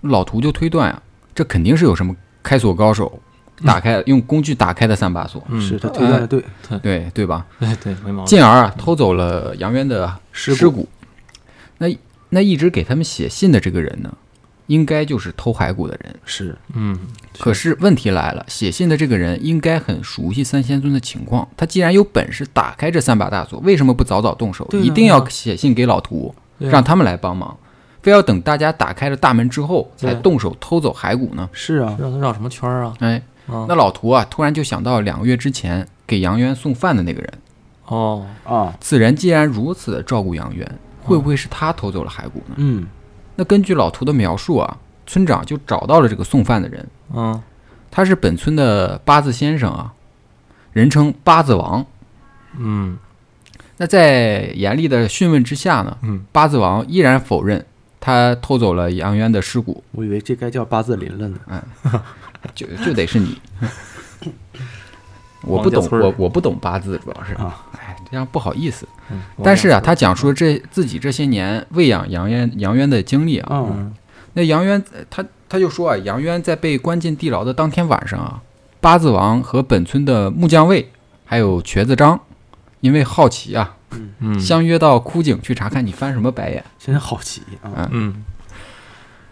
S1: 老图就推断啊，这肯定是有什么开锁高手打开、用工具打开的三把锁，
S3: 嗯，
S2: 是他推断的对，
S1: 对对吧？
S3: 对对，没毛病。
S1: 进而啊偷走了杨渊的尸
S2: 尸
S1: 骨。那那一直给他们写信的这个人呢，应该就是偷骸骨的人。
S2: 是
S3: 嗯
S1: 可是问题来了，写信的这个人应该很熟悉三仙尊的情况。他既然有本事打开这三把大锁，为什么不早早动手？
S2: 对啊
S1: 一定要写信给老图，
S3: 对啊
S1: 让他们来帮忙，非要等大家打开了大门之后
S3: 对
S1: 才动手偷走骸骨呢？
S2: 是啊，
S3: 让他绕什么圈儿啊？
S1: 哎，
S3: 啊
S1: 那老图啊，突然就想到两个月之前给杨渊送饭的那个人，
S3: 哦，
S2: 啊，
S1: 此人既然如此地照顾杨元，
S3: 嗯
S1: 会不会是他偷走了骸骨呢？
S2: 嗯
S1: 那根据老图的描述啊，村长就找到了这个送饭的人，
S3: 嗯，
S1: 他是本村的八字先生啊，人称八字王。
S3: 嗯，
S1: 那在严厉的讯问之下呢，
S3: 嗯，
S1: 八字王依然否认他偷走了杨渊的尸骨，
S2: 我以为这该叫八字林了呢。
S1: 就就得是
S3: <laughs>
S1: 你。我不懂
S3: 王家，村儿
S1: 我我不懂八字，主要是
S2: 啊，
S1: 哎，这样不好意思。
S3: 嗯
S1: 但是啊，他讲述了这自己这些年喂养杨渊杨渊的经历啊，
S2: 嗯
S1: 那杨渊呃他他就说啊，杨渊在被关进地牢的当天晚上啊，八字王和本村的木匠卫还有瘸子张，因为好奇啊，
S3: 嗯
S1: 相约到枯井去查看你翻什么白眼。
S2: 真好奇啊，
S3: 嗯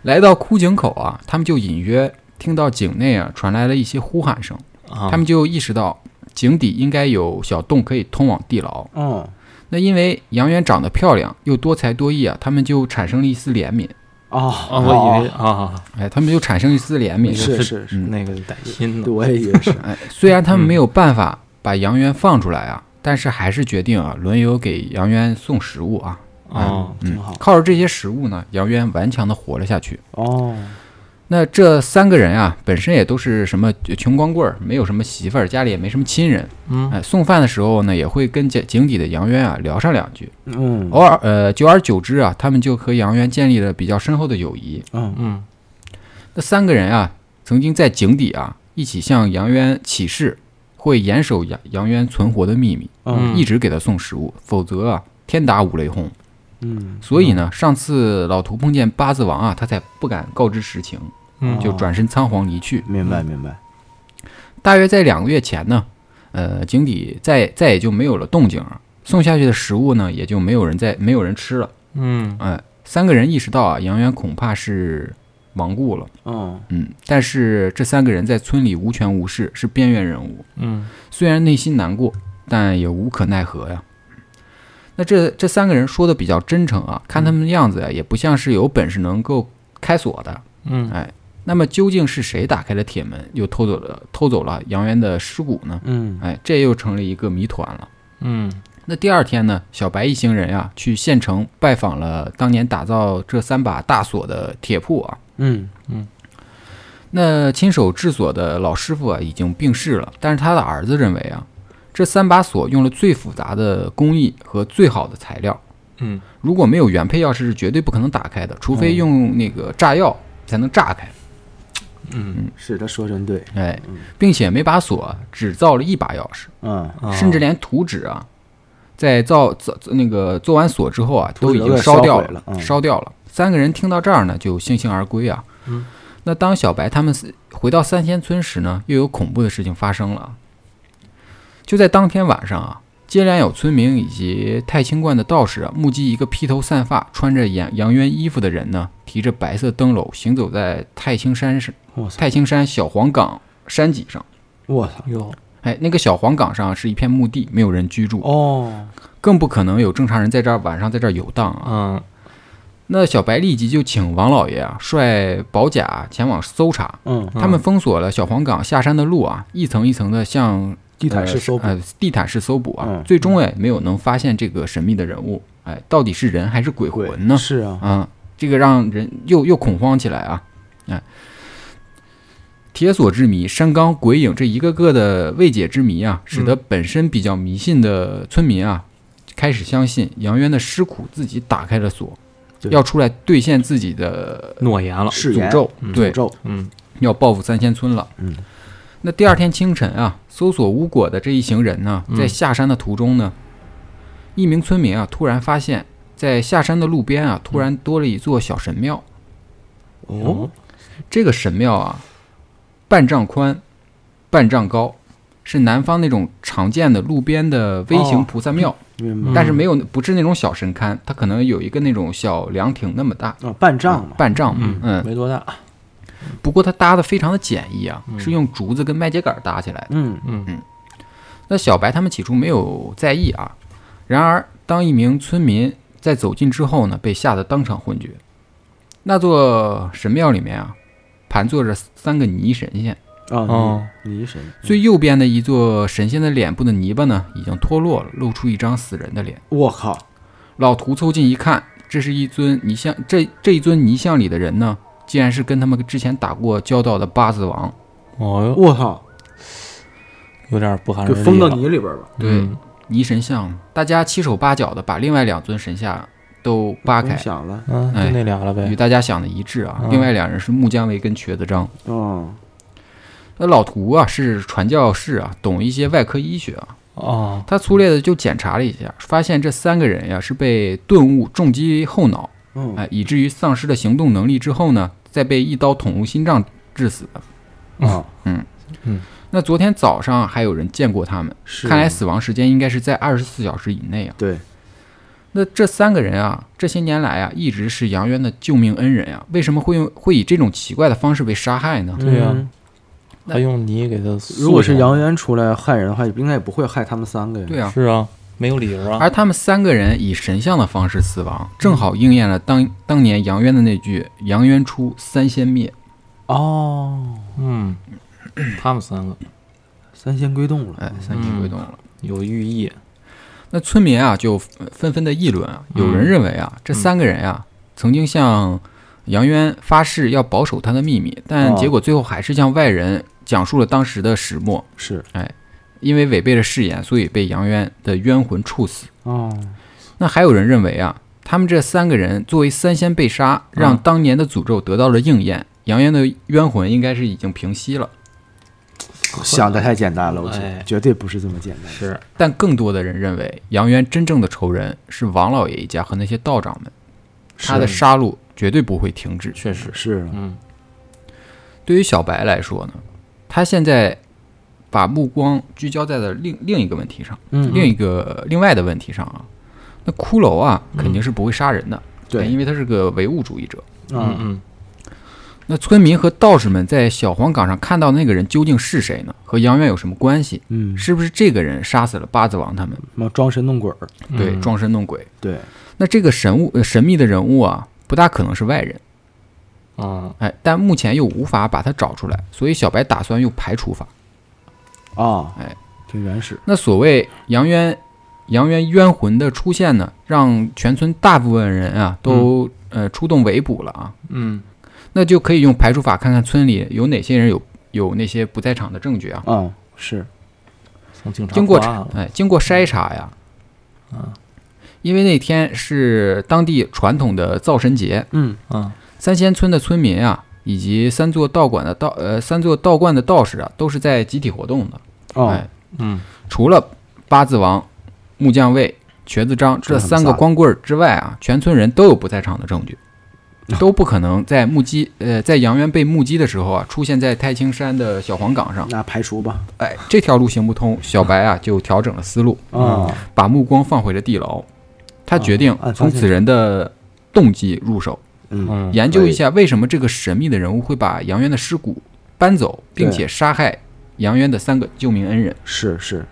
S1: 来到枯井口啊，他们就隐约听到井内啊传来了一些呼喊声，
S3: 啊，
S1: 他们就意识到井底应该有小洞可以通往地牢。
S2: 哦
S1: 那因为杨渊长得漂亮又多才多艺啊，他们就产生了一丝怜悯，
S2: 哦，
S3: 啊，我以为啊，
S1: 哎，他们就产生一丝怜悯。
S2: 是是是，
S1: 嗯
S3: 那个带心
S2: 对，
S3: 的，
S2: 我也以为 <laughs> 是
S1: 哎，虽然他们没有办法把杨渊放出来啊，但是还是决定啊轮流给杨渊送食物啊。
S3: 哦，
S2: 挺好
S1: 靠着这些食物呢，杨渊顽强地活了下去。
S2: 哦，
S1: 那这三个人啊，本身也都是什么穷光棍儿，没有什么媳妇儿，家里也没什么亲人。
S3: 嗯
S1: 哎，送饭的时候呢，也会跟井井底的杨渊啊聊上两句。
S2: 嗯
S1: 偶尔，呃，久而久之啊，他们就和杨渊建立了比较深厚的友谊。
S2: 嗯
S3: 嗯
S1: 那三个人啊，曾经在井底啊一起向杨渊起誓，会严守杨杨渊存活的秘密，
S2: 嗯
S1: 一直给他送食物，否则啊天打五雷轰。
S2: 嗯
S1: 所以呢，上次老图碰见八字王啊，他才不敢告知实情，
S2: 啊
S3: 嗯
S1: 就转身仓皇离去。
S2: 明白明白，
S1: 大约在两个月前呢，呃，井底再再也就没有了动静啊，送下去的食物呢，也就没有人再没有人吃了。
S3: 嗯
S1: 哎、三个人意识到啊，杨渊恐怕是亡故了。
S2: 嗯
S1: 嗯，但是这三个人在村里无权无势，是边缘人物，
S3: 嗯
S1: 虽然内心难过，但也无可奈何呀。那这这三个人说的比较真诚啊，看他们的样子呀、也不像是有本事能够开锁的。哎
S3: 嗯
S1: 那么究竟是谁打开了铁门，又偷走了偷走了杨元的尸骨呢？
S2: 嗯
S1: 哎，这又成了一个谜团了。
S3: 嗯
S1: 那第二天呢，小白一行人啊，去县城拜访了当年打造这三把大锁的铁铺啊。
S2: 嗯
S1: 那亲手制锁的老师傅啊，已经病逝了，但是他的儿子认为啊，这三把锁用了最复杂的工艺和最好的材料，
S3: 嗯
S1: 如果没有原配钥匙是绝对不可能打开的，除非用那个炸药才能炸开。
S3: 嗯，
S2: 是他说真对，
S1: 哎，并且每把锁啊只造了一把钥匙，
S2: 嗯
S1: 甚至连图纸啊，在造造那个做完锁之后啊，
S2: 图
S1: 都
S2: 纸
S1: 已经
S2: 都
S1: 烧掉
S2: 给烧毁了嗯
S1: 烧掉了。三个人听到这儿呢，就悻悻而归啊。
S3: 嗯
S1: 那当小白他们四回到三仙村时呢，又有恐怖的事情发生了。就在当天晚上啊，接连有村民以及太清观的道士啊目击一个披头散发、穿着杨杨渊衣服的人呢，提着白色灯笼行走在太清山上
S2: 我操
S1: 太清山小黄岗山脊上。
S2: 我操
S3: 有
S1: 哎，那个小黄岗上是一片墓地，没有人居住。
S2: 哦，
S1: 更不可能有正常人在这儿晚上在这儿游荡啊。
S3: 嗯
S1: 那小白立即就请王老爷啊率保甲前往搜查，
S2: 嗯
S3: 嗯
S1: 他们封锁了小黄岗下山的路啊，一层一层的向
S2: 地毯式搜捕
S1: 呃地毯式搜捕啊，
S2: 嗯
S1: 最终哎没有能发现这个神秘的人物，哎，到底是人还是鬼
S2: 鬼
S1: 魂呢？
S2: 是啊，
S1: 啊，这个让人又又恐慌起来啊！哎，铁锁之谜、山冈鬼影这一个个的未解之谜啊，使得
S2: 嗯
S1: 本身比较迷信的村民啊，开始相信杨渊的尸骨自己打开了锁，
S2: 对
S1: 要出来兑现自己的
S3: 嗯诺言了，
S2: 誓
S1: 诅
S2: 言
S1: 咒，
S3: 嗯
S1: 对
S2: 诅，咒，
S3: 嗯
S1: 要报复三仙村了。
S2: 嗯，
S1: 那第二天清晨啊，搜索巫果的这一行人呢，
S3: 嗯
S1: 在下山的途中呢，一名村民啊突然发现，在下山的路边啊，突
S2: 嗯
S1: 然多了一座小神庙。
S2: 哦，
S1: 这个神庙啊，半丈宽，半丈高，是南方那种常见的路边的微型
S2: 哦
S1: 菩萨庙，
S2: 明
S3: 嗯
S2: 白
S1: 但是没有不是那种小神龛，它可能有一个那种小凉亭那么大，
S2: 啊，半丈嘛，
S1: 半丈嘛
S3: 嗯，
S1: 嗯，
S3: 没多大，
S1: 不过它搭的非常的简易啊，
S3: 嗯
S1: 是用竹子跟麦秸秆儿搭起来的。
S2: 嗯
S3: 嗯
S1: 那小白他们起初没有在意啊，然而当一名村民在走近之后呢，被吓得当场昏厥。那座神庙里面啊，盘坐着三个泥神仙，
S2: 啊，
S1: 哦，
S2: 泥泥神，
S1: 最右边的一座神仙的脸部的泥巴呢，已经脱落了，露出一张死人的脸。
S2: 我靠，
S1: 老图凑近一看，这是一尊泥像，这这一尊泥像里的人呢，竟然是跟他们之前打过交道的八字王。
S4: 哦哟，
S2: 我靠，
S4: 有点不寒
S2: 给
S4: 而
S2: 封
S4: 栗
S2: 到
S4: 了。
S2: 泥里边吧。
S1: 对，
S4: 嗯
S1: 泥神像，大家七手八脚的把另外两尊神像都扒
S2: 我
S1: 开，
S2: 想了，
S4: 嗯，
S3: 哎
S4: 就那俩了
S1: 与
S4: 呗。
S1: 大家想的一致啊。
S4: 嗯
S1: 另外两人是木姜维跟瘸子张。
S2: 哦，
S1: 那老图啊是传教士啊，懂一些外科医学啊。
S4: 哦，
S1: 他粗略的就检查了一下，发现这三个人呀、是被钝物重击后脑，
S2: 嗯，
S1: 哎，以至于丧失了行动能力之后呢，再被一刀捅入心脏致死的。
S2: 啊，
S1: 那昨天早上还有人见过他们，
S2: 是，
S1: 看来死亡时间应该是在二十四小时以内啊。
S2: 对，
S1: 那这三个人啊，这些年来啊，一直是杨渊的救命恩人啊，为什么会用会以这种奇怪的方式被杀害呢？
S4: 对呀
S2: 嗯
S1: 那
S4: 他用泥给他塑上。
S2: 如果是杨渊出来害人的话，应该也不会害他们三个呀。
S1: 对啊，
S4: 是啊，没有理由
S3: 哎
S4: 啊。
S1: 而他们三个人以神像的方式死亡，正好应验了当当年杨渊的那句“杨渊出，三仙灭
S2: 哦，
S4: 嗯，他们三个
S2: 三仙归洞”，
S1: 哎
S2: 了，，嗯
S1: 三仙归洞了。
S4: 有寓意。
S1: 那村民啊就呃纷纷的议论啊，有人认为啊，这三个人啊曾经向杨渊发誓要保守他的秘密，但
S2: 哦
S1: 结果最后还是向外人讲述了当时的始末，
S2: 是，
S1: 因为违背了誓言，所以被杨渊的冤魂处死。
S2: 哦，
S1: 那还有人认为啊，他们这三个人作为三仙被杀，
S4: 嗯
S1: 让当年的诅咒得到了应验，杨渊的冤魂应该是已经平息了。
S2: 想的太简单了，我觉
S4: 哎
S2: 得绝对不是这么简单。
S4: 是，
S1: 但更多的人认为，杨渊真正的仇人是王老爷一家和那些道长们，他的杀戮绝对不会停止。
S4: 确实。
S2: 是啊，
S4: 嗯，
S1: 对于小白来说呢，他现在把目光聚焦在了另另一个问题上，
S2: 嗯
S1: 另一个另外的问题上啊。那骷髅啊，肯定是不会杀人的，
S2: 对
S1: 因为他是个唯物主义者。
S4: 嗯
S2: 嗯，
S4: 嗯，
S1: 那村民和道士们在小黄岗上看到那个人究竟是谁呢？和杨渊有什么关系？
S2: 嗯，
S1: 是不是这个人杀死了八字王他们？
S2: 什么装神弄鬼儿？
S4: 嗯
S1: 对，装神弄鬼。
S2: 对，
S1: 那这个神物、呃神秘的人物啊，不大可能是外人，
S4: 啊，
S1: 哎，但目前又无法把他找出来，所以小白打算用排除法。
S2: 啊，
S1: 哎，
S2: 挺原始。
S1: 那所谓杨渊杨渊冤魂的出现呢，让全村大部分人啊都、呃出动围捕了啊，
S4: 嗯
S1: 那就可以用排除法看看村里有哪些人有有那些不在场的证据啊。
S2: 嗯，是，
S4: 从警察
S1: 经过
S4: 抓
S1: 查
S4: 了
S1: 哎，经过筛查呀，
S4: 啊，
S1: 因为那天是当地传统的灶神节，
S2: 嗯，
S4: 啊，
S1: 三仙村的村民啊，以及三座道馆的道呃三座道观的道士啊，都是在集体活动的。
S2: 哦
S1: 哎，，
S4: 嗯
S1: 除了八字王、木匠卫、瘸子张
S2: 这
S1: 这
S2: 很
S1: 三个
S2: 飒
S1: 光棍儿之外啊，全村人都有不在场的证据，
S2: 啊
S1: 都不可能在目击呃在杨渊被目击的时候啊，出现在太清山的小黄岗上。
S2: 那排除吧。
S1: 哎，这条路行不通，小白啊就调整了思路。
S2: 啊，
S1: 把目光放回了地牢，他决定
S2: 啊
S1: 从此人的动机入手，
S2: 嗯，
S4: 嗯，
S1: 研究一下为什么这个神秘的人物会把杨渊的尸骨搬走，并且杀害杨渊的三个救命恩人。
S2: 是是，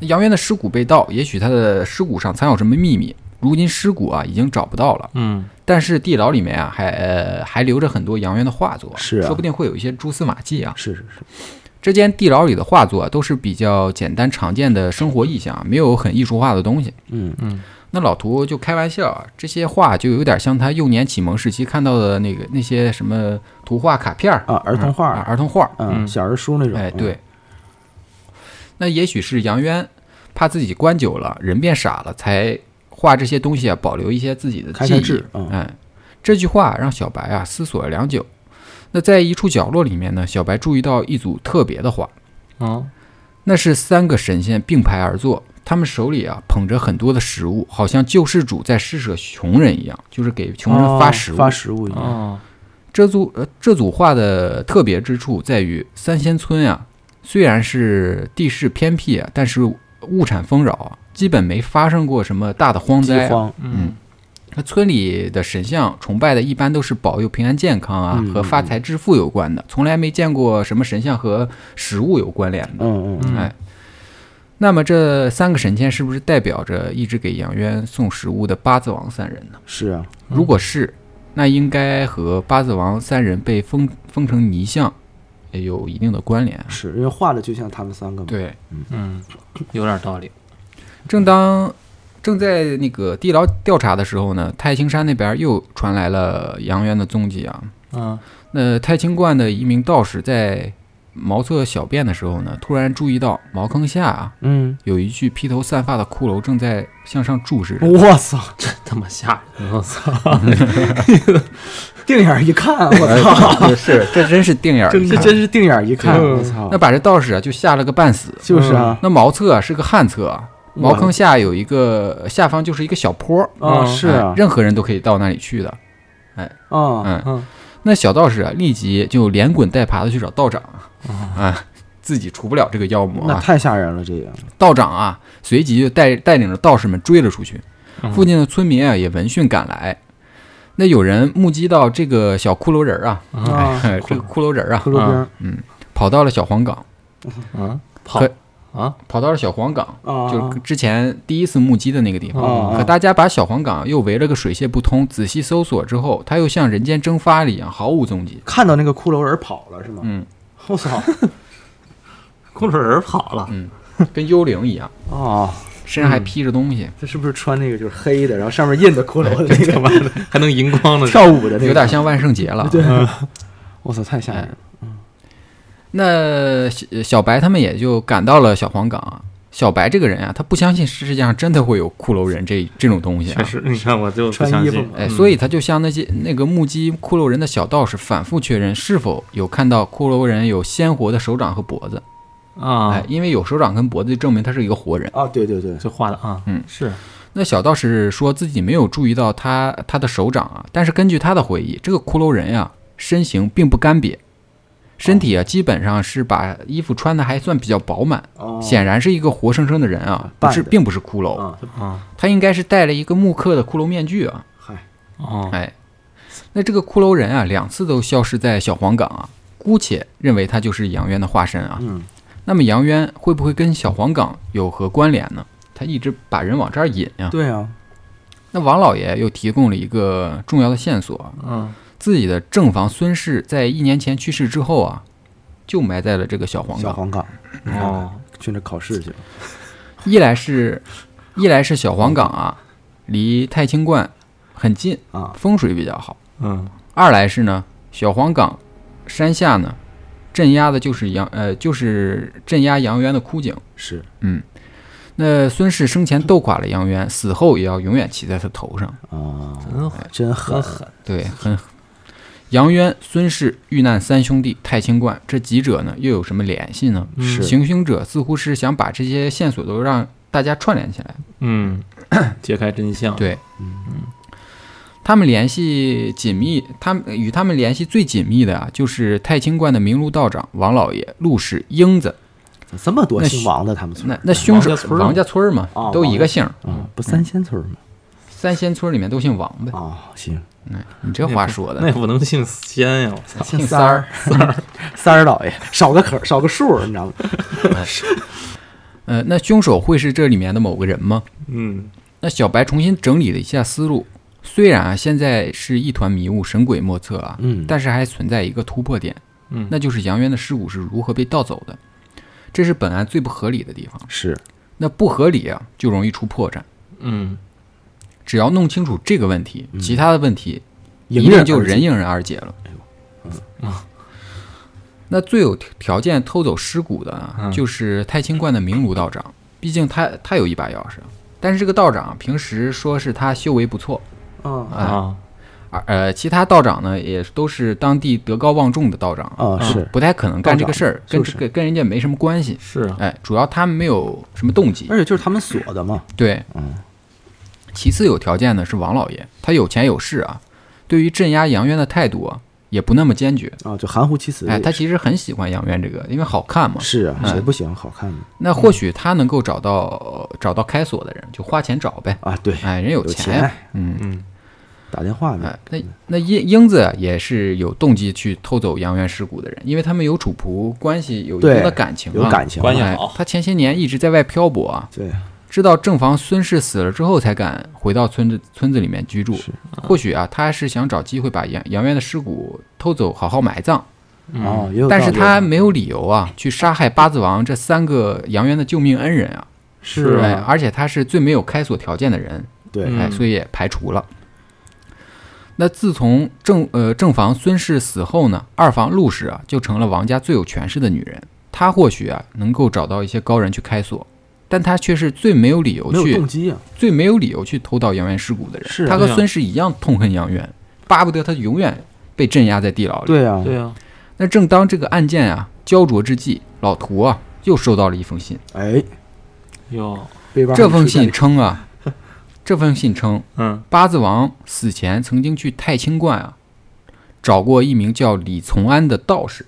S1: 杨渊的尸骨被盗，也许他的尸骨上藏有什么秘密。如今尸骨啊已经找不到了，
S4: 嗯
S1: 但是地牢里面啊还、呃、还留着很多杨渊的画作，
S2: 是啊
S1: 说不定会有一些蛛丝马迹啊。
S2: 是是是，
S1: 这间地牢里的画作啊都是比较简单常见的生活意象啊，没有很艺术化的东西。
S2: 嗯，
S4: 嗯
S1: 那老图就开玩笑啊，这些画就有点像他幼年启蒙时期看到的那个那些什么图画卡片儿
S2: 啊，儿童画
S1: 啊
S2: 儿，
S1: 儿童画儿。
S2: 嗯，
S4: 嗯
S2: 小儿书那种。
S1: 哎，对，嗯那也许是杨渊怕自己关久了，人变傻了，才画这些东西啊，保留一些自己的
S2: 开
S1: 记
S2: 开
S1: 忆
S2: 智。嗯
S1: 哎，这句话让小白啊思索了良久。那在一处角落里面呢，小白注意到一组特别的画，
S4: 啊，
S1: 那是三个神仙并排而坐，他们手里啊捧着很多的食物，好像救世主在施舍穷人一样，就是给穷人
S2: 哦
S1: 发食物。嗯
S2: 发食物一嗯样。
S4: 啊，
S1: 这组呃这组画的特别之处在于，三仙村啊，虽然是地势偏僻啊，但是物产丰饶啊，基本没发生过什么大的荒
S2: 饥
S1: 灾、啊。
S2: 荒，
S4: 嗯
S1: 那村里的神像崇拜的，一般都是保佑平安健康啊、
S2: 嗯
S1: 和发财致富有关的，从来没见过什么神像和食物有关联的。
S2: 嗯嗯，
S4: 嗯
S1: 哎，那么这三个神仙是不是代表着一直给杨渊送食物的八字王三人呢？
S2: 是啊，
S4: 嗯
S1: 如果是，那应该和八字王三人被封封成泥像，也有一定的关联。
S2: 是因为画的就像他们三个嘛。，
S1: 对，
S4: 嗯，有点道理。
S1: 正当正在那个地牢调查的时候呢，太清山那边又传来了杨渊的踪迹啊。
S4: 嗯
S1: 那太清观的一名道士在茅厕小便的时候呢，突然注意到茅坑下啊
S2: 嗯，
S1: 有一具披头散发的骷髅正在向上注视着。
S2: 我操，
S4: <laughs> 他妈吓人！我操，
S2: 定眼儿一看，我操，
S1: 哎是，这真是哎 <laughs> 定眼儿一
S2: 这
S1: 看。
S2: 真是定眼儿一看，
S3: 嗯
S2: 我操
S1: 那，把这道士啊就吓了个半死。
S2: 就是啊，
S1: 那茅厕啊是个旱厕啊，
S2: 我
S1: 茅坑下有一个下方就是一个小坡儿，
S2: 啊
S4: 嗯
S2: 是
S1: 哎
S2: 啊，
S1: 任何人都可以到那里去的。
S2: 啊，
S1: 嗯，
S4: 嗯
S1: 那小道士啊立即就连滚带爬的去找道长 <laughs> 啊，自己除不了这个妖魔
S2: 哦那
S1: 啊。
S2: 太吓人了，这也，
S1: 道长啊随即就带带领着道士们追了出去，
S4: 嗯
S1: 附近的村民啊也闻讯赶来。那有人目击到这个小骷髅人儿啊，
S4: 嗯
S2: 啊
S1: 哎这个骷髅人儿啊
S2: 骷髅兵
S1: 跑到了小黄冈，
S4: 嗯，跑
S1: 可
S4: 啊，
S1: 跑到了小黄冈，
S2: 啊，
S1: 嗯就是之前第一次目击的那个地方。
S2: 啊，
S1: 可大家把小黄冈又围了个水泄不通，仔细搜索之后，它又像人间蒸发了一样，毫无踪迹。
S2: 看到那个骷髅人跑了是吗？
S1: 嗯，<laughs>
S2: 我操，
S4: 空手人跑了。
S1: 跟幽灵一样，
S2: 啊，
S1: 身上还披着东西，
S2: 他是不是穿那个就是黑的，然后上面印的骷髅的那个
S4: 他妈的，还能荧光呢！
S2: <laughs> 跳舞的那个，
S1: 有点像万圣节了。啊
S2: <laughs> 对，嗯我操，太吓人
S1: 哎
S2: 了，
S1: 那小呃小白他们也就赶到了小黄冈啊。小白这个人啊，他不相信世界上真的会有骷髅人这这种东西啊
S4: <laughs> 确，实，你看我就不
S2: 穿
S4: 相
S2: 衣服
S4: 信嗯
S2: 嘛。
S1: 哎，所以他就向那些那个目击骷髅人的小道士反复确认是否有看到骷髅人有鲜活的手掌和脖子，
S4: 啊
S1: 哎，，因为有手掌跟脖子就证明他是一个活人。
S2: 啊，对对对，
S4: 这画的啊，
S1: 嗯
S4: 是
S1: 那小道士说自己没有注意到他他的手掌啊，但是根据他的回忆，这个骷髅人呀、啊身形并不干瘪，身体啊基本上是把衣服穿的还算比较饱满，
S2: 哦，
S1: 显然是一个活生生的人啊，不
S2: 半
S1: 是
S2: 的
S1: 并不是骷髅，
S2: 啊，
S4: 啊
S1: 他应该是戴了一个木刻的骷髅面具啊，
S2: 嗨，
S4: 哦，
S1: 哎，那这个骷髅人啊两次都消失在小黄冈啊，姑且认为他就是杨渊的化身啊。
S2: 嗯，
S1: 那么杨渊会不会跟小黄冈有何关联呢？他一直把人往这儿引呀、
S2: 对啊，
S1: 那王老爷又提供了一个重要的线索啊，
S4: 嗯，
S1: 自己的正房孙氏在一年前去世之后啊，就埋在了这个小黄
S2: 小
S1: 冈。
S2: 黄冈
S4: 哦，
S2: 去那考试去了，
S1: 一来是，一来是小黄冈啊，离太清观很近
S2: 啊
S1: 风水比较好；
S4: 嗯，
S1: 二来是呢，小黄冈山下呢，镇压的就是杨呃，就是镇压杨渊的枯井。
S2: 是，
S1: 嗯，那孙氏生前斗垮了杨渊，死后也要永远骑在他头上。
S2: 啊，
S4: 真狠，
S2: 真狠
S4: 真，狠，
S1: 对，很。杨渊、孙氏遇难三兄弟太清观，这几者呢又有什么联系呢？
S4: 嗯
S2: 是
S1: 行凶者似乎是想把这些线索都让大家串联起来。
S4: 嗯，揭开真相，
S1: 对，
S2: 嗯
S1: 他们联系紧密，他们与他们联系最紧密的啊，就是太清观的明路道长王老爷、陆氏、英子。
S2: 咋这么多
S1: 那
S2: 姓王的他们村
S1: 那那嗯凶手
S4: 王家村儿吗
S1: 王家村儿嘛，
S2: 哦
S1: 都一个姓儿，
S2: 啊，不三仙村吗？
S1: 三仙村里面都姓王呗。
S2: 啊，行，
S1: 你这话说的
S4: 那，也不能姓仙呀！我操，
S1: <laughs> 姓
S2: 三
S1: 三儿。
S2: <laughs> 三儿老爷少个可少个数，你知道吗？
S1: 呃，那凶手会是这里面的某个人吗？
S4: 嗯，
S1: 那小白重新整理了一下思路，虽然啊现在是一团迷雾，神鬼莫测啊，
S2: 嗯
S1: 但是还存在一个突破点，
S4: 嗯
S1: 那就是杨渊的尸骨是如何被盗走的，这是本案最不合理的地方。
S2: 是
S1: 那不合理啊，就容易出破绽。
S4: 嗯，
S1: 只要弄清楚这个问题，
S2: 嗯
S1: 其他的问题一
S2: 迎
S1: 定
S2: 刃
S1: 就
S2: 而解哎嗯
S1: 人迎刃而解了。嗯那最有条件偷走尸骨的呢，
S4: 嗯
S1: 就是太清观的明炉道长，毕竟他他有一把钥匙。但是这个道长平时说是他修为不错，
S2: 啊
S1: 啊
S4: 啊，
S1: 而呃，其他道长呢，也都是当地德高望重的道长，
S2: 啊是
S1: 不太可能干这个事儿，跟
S2: 就
S1: 这
S2: 是
S1: 个跟人家没什么关系。
S4: 是啊，
S1: 哎，主要他们没有什么动机。
S2: 而且就是他们所的嘛，
S1: 对，
S2: 哎嗯
S1: 其次有条件的是王老爷，他有钱有势啊，对于镇压杨渊的态度啊，也不那么坚决。
S2: 啊，就含糊其辞。
S1: 哎，他其实很喜欢杨渊这个，因为好看嘛。
S2: 是啊，
S1: 嗯
S2: 谁不喜欢好看的
S1: 那或许他能够找到、呃找到开锁的人，就花钱找呗。
S2: 啊？对，
S1: 哎，人有
S2: 有
S1: 钱呀、
S2: 钱
S1: 嗯，
S4: 嗯
S2: 打电话呢
S1: 哎，，那那英英子啊也是有动机去偷走杨元尸骨的人，因为他们有主仆关系，有一定
S2: 对
S1: 的感情、啊，
S2: 有感情嘛，
S4: 关系
S1: 哎
S4: 好
S1: 他前些年一直在外漂泊啊，
S2: 对，
S1: 知道正房孙氏死了之后，才敢回到村子村子里面居住
S4: 嗯
S2: 是。
S1: 或许啊，他是想找机会把杨杨元的尸骨偷走，好好埋葬。
S4: 嗯
S2: 啊，也有道
S1: 但
S2: 理。
S1: 是他没有理由啊去杀害八字王这三个杨渊的救命恩人啊，
S2: 是
S1: 哎
S2: 啊，
S1: 而且他是最没有开锁条件的人，
S2: 对
S4: 嗯
S1: 哎，所以也排除了。那自从正呃正房孙氏死后呢，二房陆氏啊就成了王家最有权势的女人。她或许啊能够找到一些高人去开锁，但她却是最没有理由
S2: 没有
S1: 去
S2: 动机啊，
S1: 最没有理由去偷盗杨元尸骨的人。
S2: 是啊
S1: 他和
S4: 对啊
S1: 孙氏一样痛恨杨元，巴不得他永远被镇压在地牢里。
S2: 对啊，
S4: 对啊，
S1: 那正当这个案件啊焦灼之际，老涂啊又收到了一封信。
S2: 哎，
S4: 哟，
S2: 背包
S1: 这封信称啊，这封信称
S4: 嗯
S1: 八字王死前曾经去太清观啊，找过一名叫李从安的道士。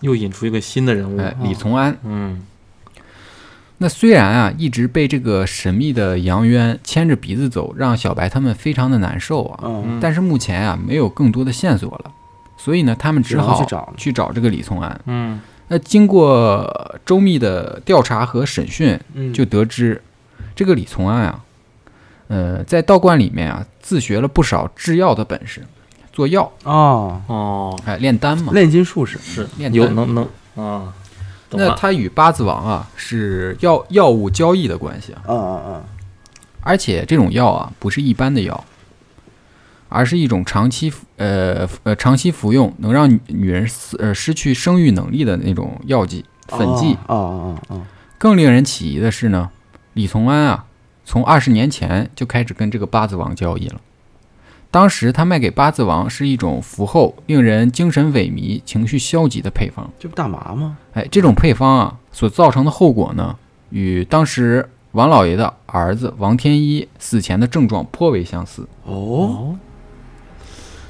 S4: 又引出一个新的人物
S1: 哎，，李从安，
S4: 嗯
S1: 那虽然啊一直被这个神秘的杨渊牵着鼻子走，让小白他们非常的难受啊，
S2: 嗯，
S4: 嗯，
S1: 但是目前啊没有更多的线索了，所以呢他们只
S2: 只能
S1: 好
S2: 去找了
S1: 去找这个李从安。
S4: 嗯
S1: 那经过周密的调查和审讯，
S2: 嗯
S1: 就得知这个李从安啊，呃，在道观里面啊自学了不少制药的本事，做药。
S2: 哦，
S4: 哦
S1: 哎，炼丹嘛，
S2: 炼金术士
S4: 是
S1: 炼
S4: 有
S1: 丹
S4: 能能啊，懂
S1: 那
S4: 了，
S1: 他与八字王啊是药药物交易的关系啊，
S2: 啊啊啊，
S1: 而且这种药啊不是一般的药，而是一种长期服呃服呃长期服用能让女女人死呃失去生育能力的那种药剂粉剂。
S4: 哦
S2: 啊啊啊啊，
S1: 更令人起疑的是呢，李从安啊从二十年前就开始跟这个八字王交易了。当时他卖给八字王是一种服后令人精神萎靡、情绪消极的配方。
S2: 这不大麻吗？
S1: 哎，这种配方啊所造成的后果呢，与当时王老爷的儿子王天一死前的症状颇为相似。
S2: 哦，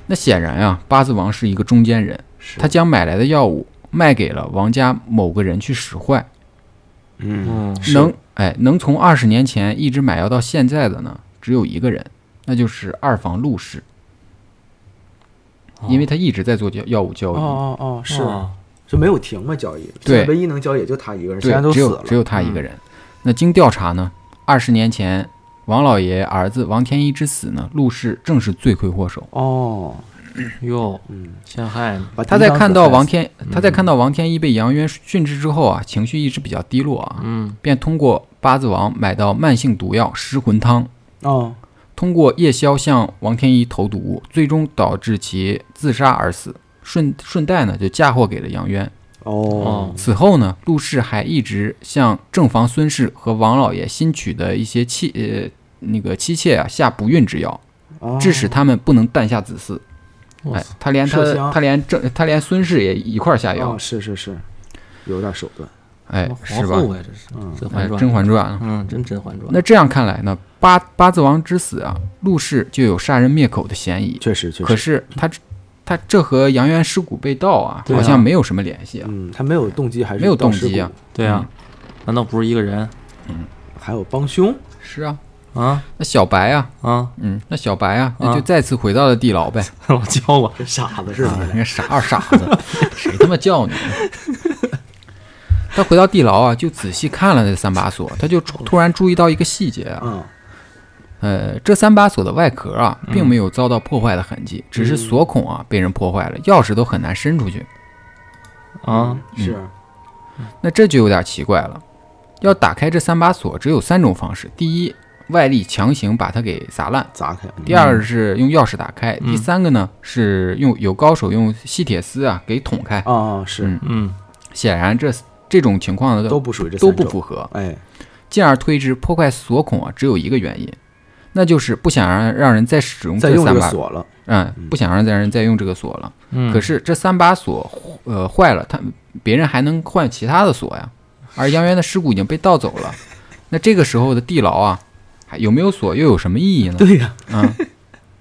S1: 那显然啊，八字王是一个中间人，
S2: 是
S1: 他将买来的药物卖给了王家某个人去使坏，
S2: 嗯，
S4: 嗯
S1: 能哎能从二十年前一直买药到现在的呢，只有一个人，那就是二房陆氏，因为他一直在做交药物交易。
S2: 哦哦哦，是，
S4: 哦
S2: 就没有停嘛交易，
S1: 对
S2: 现在唯一能交易也就他一个人，其
S1: 对
S2: 他，都
S1: 只
S2: 死
S1: 有
S2: 了，嗯
S1: 只有他一个人。那经调查呢，二十年前王老爷儿子王天一之死呢，陆氏正是罪魁祸首。
S2: 哦，
S4: 哟，
S2: 嗯，
S4: 陷害
S2: 把
S1: 他在
S2: 丁香
S1: 看到
S2: 子害
S1: 王
S2: 死嗯
S1: 天，他在看到王天一被杨渊训斥之后啊，情绪一直比较低落啊，
S4: 嗯
S1: 便通过八字王买到慢性毒药失魂汤，
S2: 哦，
S1: 通过夜宵向王天一投毒，最终导致其自杀而死。顺顺带呢，就嫁祸给了杨渊。
S2: 哦
S4: 哦，
S1: 此后呢，陆氏还一直向正房孙氏和王老爷新娶的一些妻呃那个妻妾啊下不孕之药，
S2: 哦
S1: 致使他们不能诞下子嗣。
S4: 哇
S1: 哎，他连
S2: 麝
S1: 他
S2: 香
S1: 他连正他连孙氏也一块儿下药
S2: 哦，，是是是，有点手段，
S1: 哎，是
S4: 皇
S1: 吧？
S4: 后呀，啊这是
S2: 嗯
S4: 《甄嬛
S1: 哎，《
S4: 传》
S1: 甄嬛传》啊。
S4: 嗯，真《甄嬛传》
S1: 那这样看来呢，八八字王之死啊，陆氏就有杀人灭口的嫌疑。
S2: 确实确嗯
S1: 可
S2: 实，
S1: 是他他这和杨元尸骨被盗啊，
S4: 对啊
S1: 好像没有什么联系啊。
S2: 嗯，他没有动机，还是
S1: 没有
S2: 盗
S1: 动
S2: 尸
S1: 机啊
S2: 骨，
S4: 对啊，
S1: 嗯
S4: 难道不是一个人
S2: 还有帮凶，
S1: 是啊，
S4: 啊
S1: 那小白啊，
S4: 啊？ <laughs>
S1: 嗯，那小白啊，那
S4: 啊
S1: 就再次回到了地
S2: <laughs>
S1: 牢呗。
S4: 我教我，
S2: 这傻子是吧？
S1: 你看啊傻二傻子，谁他妈叫你？他回到地牢啊，就仔细看了那三把锁，他就出突然注意到一个细节啊，
S2: 嗯，
S1: 呃，这三把锁的外壳啊，并没有遭到破坏的痕迹，只
S2: 嗯
S1: 是锁孔啊被人破坏了，钥匙都很难伸出去。
S4: 啊，
S2: 嗯是，
S1: 那这就有点奇怪了。要打开这三把锁，只有三种方式：第一，外力强行把它给砸烂；
S2: 砸开，
S1: 第二是用钥匙打开；
S2: 嗯
S1: 第三个呢是用有高手用细铁丝啊给捅开。
S2: 啊是
S1: 嗯
S4: 嗯，
S1: 显然这这种情况呢
S2: 都不属于这
S1: 都
S2: 三
S1: 不
S2: 种
S1: 符合，
S2: 哎，
S1: 进而推之破坏锁孔啊，只有一个原因，那就是不想让让人再使用
S2: 再
S1: 这
S2: 用这
S1: 三
S2: 个
S1: 把，
S2: 锁了，
S1: 嗯，不想让让人再用这个锁了。
S4: 嗯
S1: 可是这三把锁呃坏了，他别人还能换其他的锁呀，而杨元的尸骨已经被盗走了， <laughs> 那这个时候的地牢啊，还有没有锁又有什么意义呢？
S2: <laughs> 对呀，
S1: 嗯，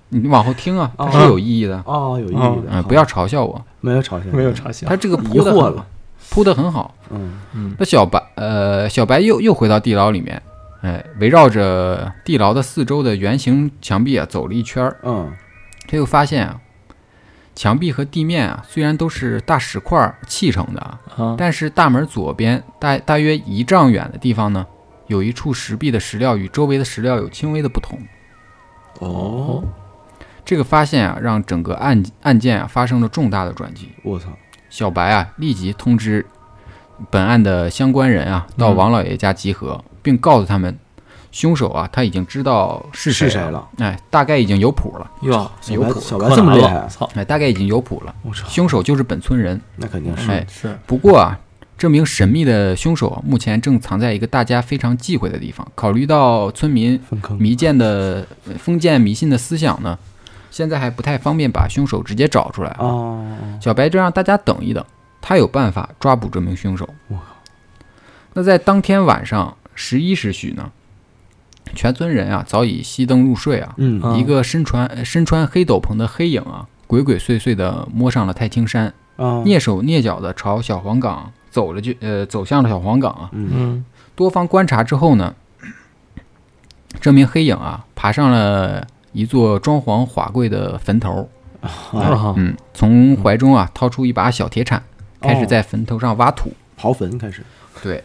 S1: 你往后听啊，它是有意义的，
S2: 哦，有意义的，
S1: 嗯，
S2: 好
S1: 不要嘲笑我，
S2: 没有朝鲜，
S4: 没有查询，
S1: 他这个
S2: 嗯疑
S1: 铺的
S2: 惑了，
S1: 铺的很好。
S2: 嗯，
S4: <laughs> 嗯
S1: 那小白，呃，小白又又回到地牢里面，哎，围绕着地牢的四周的圆形墙壁啊走了一圈儿，
S2: 嗯，
S1: 他又发现啊，墙壁和地面啊虽然都是大石块儿砌成的啊，
S3: 嗯
S4: 啊，
S1: 但是大门左边大大约一丈远的地方呢，有一处石壁的石料与周围的石料有轻微的不同。
S2: 哦，
S1: 这个发现啊，让整个案案件啊发生了重大的转机。
S2: 我操，
S1: 小白啊，立即通知本案的相关人啊，到王老爷家集合，并告诉他们，凶手啊，他已经知道是谁
S2: 是
S1: 了
S2: 谁了？
S1: 哎，大概已经有谱了，
S4: 哟，
S2: 小白
S1: 有谱
S2: 小白
S4: 柯
S2: 这么
S4: 南
S2: 厉
S4: 了，
S2: 害，
S4: 操，
S1: 哎，大概已经有谱了，
S2: 我操，
S1: 凶手就是本村人。
S2: 那肯定是
S1: 哎，
S4: 是
S1: 不过啊，这名神秘的凶手啊目前正藏在一个大家非常忌讳的地方。考虑到村民
S2: 粪
S1: 嗯
S2: 坑。
S1: 迷见的呃封建迷信的思想呢，现在还不太方便把凶手直接找出来啊。
S2: 哦，
S1: 小白就让大家等一等，他有办法抓捕这名凶手。
S2: 我靠！
S1: 那在当天晚上十一时许呢，全村人啊早已熄灯入睡啊。
S2: 嗯，
S4: 啊
S1: 一个身穿呃身穿黑斗篷的黑影啊，鬼鬼祟祟地摸上了太清山，
S2: 啊，
S1: 蹑手蹑脚地朝小黄岗走了去，呃，走向了小黄岗啊。
S2: 嗯，
S4: 嗯，
S1: 多方观察之后呢，这名黑影啊，爬上了一座装潢华贵的坟头，
S4: 是
S3: 啊
S4: 哈，
S1: 嗯，从怀中啊掏出一把小铁铲，开始
S2: 哦
S1: 在坟头上挖土。
S2: 刨坟开始，
S1: 对，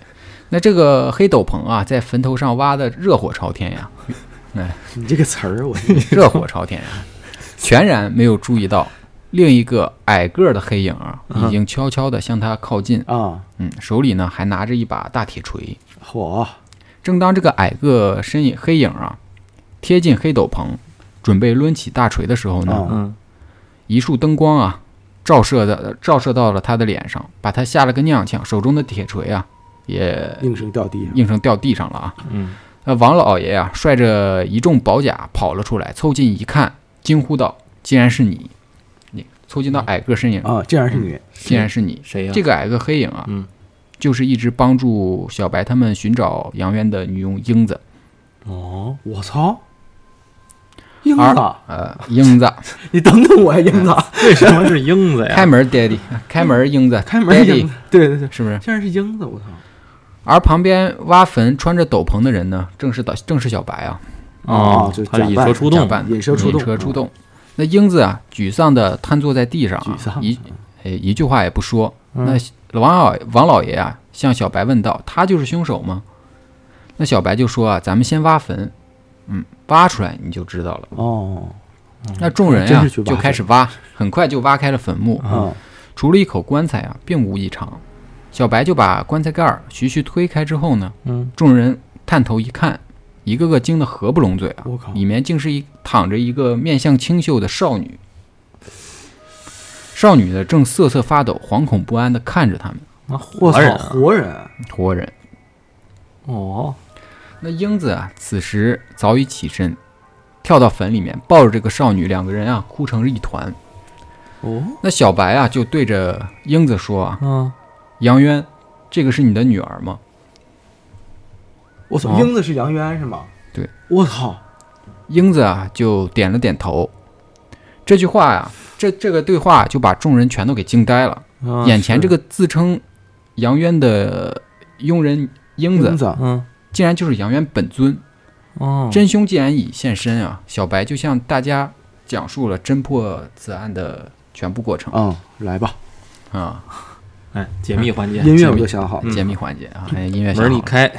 S1: 那这个黑斗篷啊，在坟头上挖的热火朝天呀，
S2: 你这个词
S1: <laughs>
S2: 儿我，
S1: 热火朝天呀，全然没有注意到另一个矮个儿的黑影啊，已经悄悄地向他靠近
S2: 啊，
S1: 嗯，手里呢还拿着一把大铁锤。
S2: 嚯，
S1: 正当这个矮个身影黑影啊贴近黑斗篷，准备抡起大锤的时候呢，
S2: 哦
S4: 嗯，
S1: 一束灯光啊照射的照射到了他的脸上，把他吓了个踉跄，手中的铁锤啊也
S2: 应声掉地上，
S1: 应声掉地上了啊。
S4: 嗯，
S1: 那王老爷啊率着一众保甲跑了出来，凑近一看，惊呼道：“竟然是你！”你凑近到矮个身影，
S2: 啊，竟然是你，
S1: 嗯竟然是你！
S4: 谁呀？
S1: 这个矮个黑影啊，
S4: 嗯
S1: 就是一直帮助小白他们寻找杨渊的女佣英子。
S2: 哦，我操，英
S1: 而嗯
S2: 子，
S1: 呃，英
S2: <laughs>
S1: 子，
S2: 你等等我呀，英子，
S4: 为什么是英子
S1: 开
S4: 呀？
S1: 门，daddy，开门，英子，
S2: 开门，
S1: daddy，
S2: 英子，对对对，
S1: 是不是？
S2: 竟然是英子，我操，
S1: 而旁边挖坟穿着斗篷的人呢，正是导正是小白啊，
S2: 哦就
S4: 他是引
S2: 假扮
S4: 蛇出
S1: 假
S4: 洞，
S1: 扮的
S2: 引蛇出洞
S1: 引蛇出洞。那英子啊，沮丧的瘫坐在地上啊、
S2: 沮丧
S1: 一哎一句话也不说。
S4: 嗯
S1: 那王老王老爷啊，向小白问道：“他就是凶手吗？”那小白就说啊：“咱们先挖坟，嗯，挖出来你就知道了。
S2: 哦，”
S1: 那众人
S2: 真
S1: 啊
S2: 是去挖
S1: 就开始挖，很快就挖开了坟墓。
S2: 啊，
S1: 除了一口棺材啊，并无异常。小白就把棺材盖儿徐徐推开之后呢，
S4: 嗯，
S1: 众人探头一看，一个个惊得合不拢嘴啊！
S2: 我靠
S1: 里面竟是一躺着一个面相清秀的少女。少女呢，正瑟瑟发抖、惶恐不安地看着他们
S4: 那
S2: 我
S4: 活人
S2: 操，
S4: 啊
S2: 活人，
S1: 活人。
S4: 哦，
S1: 那英子啊，此时早已起身，跳到坟里面，抱着这个少女，两个人啊哭成了一团。
S2: 哦，
S1: 那小白啊，就对着英子说啊
S4: 嗯，：“
S1: 杨渊，这个是你的女儿吗？”
S2: 我操，
S4: 哦
S2: 英子是杨渊是吗？
S1: 啊对，
S2: 我操，
S1: 英子啊就点了点头。这句话呀、这这个对话就把众人全都给惊呆了。
S4: 啊
S1: 眼前这
S4: 是
S1: 个自称杨渊的佣人英
S2: 英
S1: 子，
S2: 子，
S4: 嗯
S1: 竟然就是杨渊本尊。
S4: 哦，
S1: 真凶既然已现身啊，小白就向大家讲述了侦破此案的全部过程
S2: 嗯，来吧，
S1: 啊，
S4: 哎，解密环节，
S2: 音乐
S4: 解
S2: 我
S4: 密
S2: 就想好了，
S1: 揭秘环节啊，哎音乐响
S4: 嗯门儿
S1: 好
S4: 一
S1: 了
S4: 开，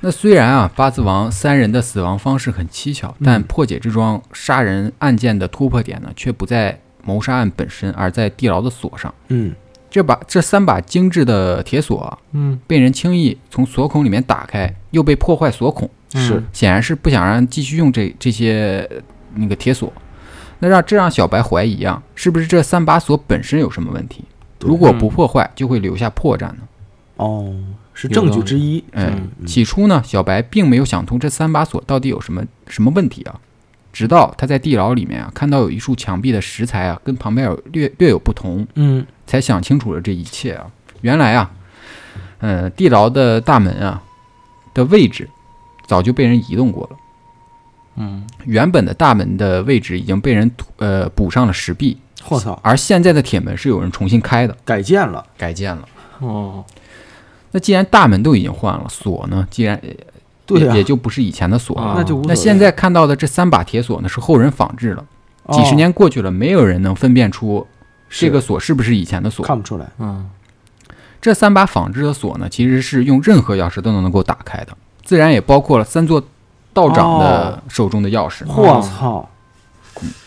S1: 那虽然啊，八字王三人的死亡方式很蹊跷，但破解这桩杀人案件的突破点呢，却不在谋杀案本身，而在地牢的锁上。
S2: 嗯，
S1: 这把这三把精致的铁锁啊
S4: 嗯，
S1: 被人轻易从锁孔里面打开，又被破坏锁孔，
S4: 嗯
S3: 嗯
S2: 是
S1: 显然是不想让继续用这这些呃那个铁锁。那让这让小白怀疑啊，是不是这三把锁本身有什么问题？
S2: 对
S1: 如果不破坏，就会留下破绽呢？
S2: 哦，是
S4: 有
S2: 证
S4: 道
S2: 据
S4: 理
S2: 之一，
S1: 哎
S4: 嗯，
S1: 起初呢，小白并没有想通这三把锁到底有什么什么问题啊。直到他在地牢里面啊，看到有一束墙壁的石材啊，跟旁边有略略有不同，
S2: 嗯，
S1: 才想清楚了这一切啊。原来啊，嗯，地牢的大门啊的位置早就被人移动过了。
S4: 嗯，
S1: 原本的大门的位置已经被人涂呃补上了石壁，
S2: 我操，
S1: 而现在的铁门是有人重新开的，
S2: 改建了，
S1: 改建了。
S4: 哦，
S1: 那既然大门都已经换了，锁呢，既然也
S2: 对呀
S1: 也，就不是以前的锁了。
S4: 啊
S2: 那就无所
S1: 那
S2: 谓
S1: 现在看到的这三把铁锁呢，是后人仿制的。几十
S2: 哦
S1: 年过去了，没有人能分辨出这
S2: 是
S1: 个锁是不是以前的锁。
S2: 看不出来，
S4: 嗯，
S1: 这三把仿制的锁呢，其实是用任何钥匙都能够打开的，
S2: 哦
S1: 自然也包括了三座道长的手中的钥匙。
S2: 我操，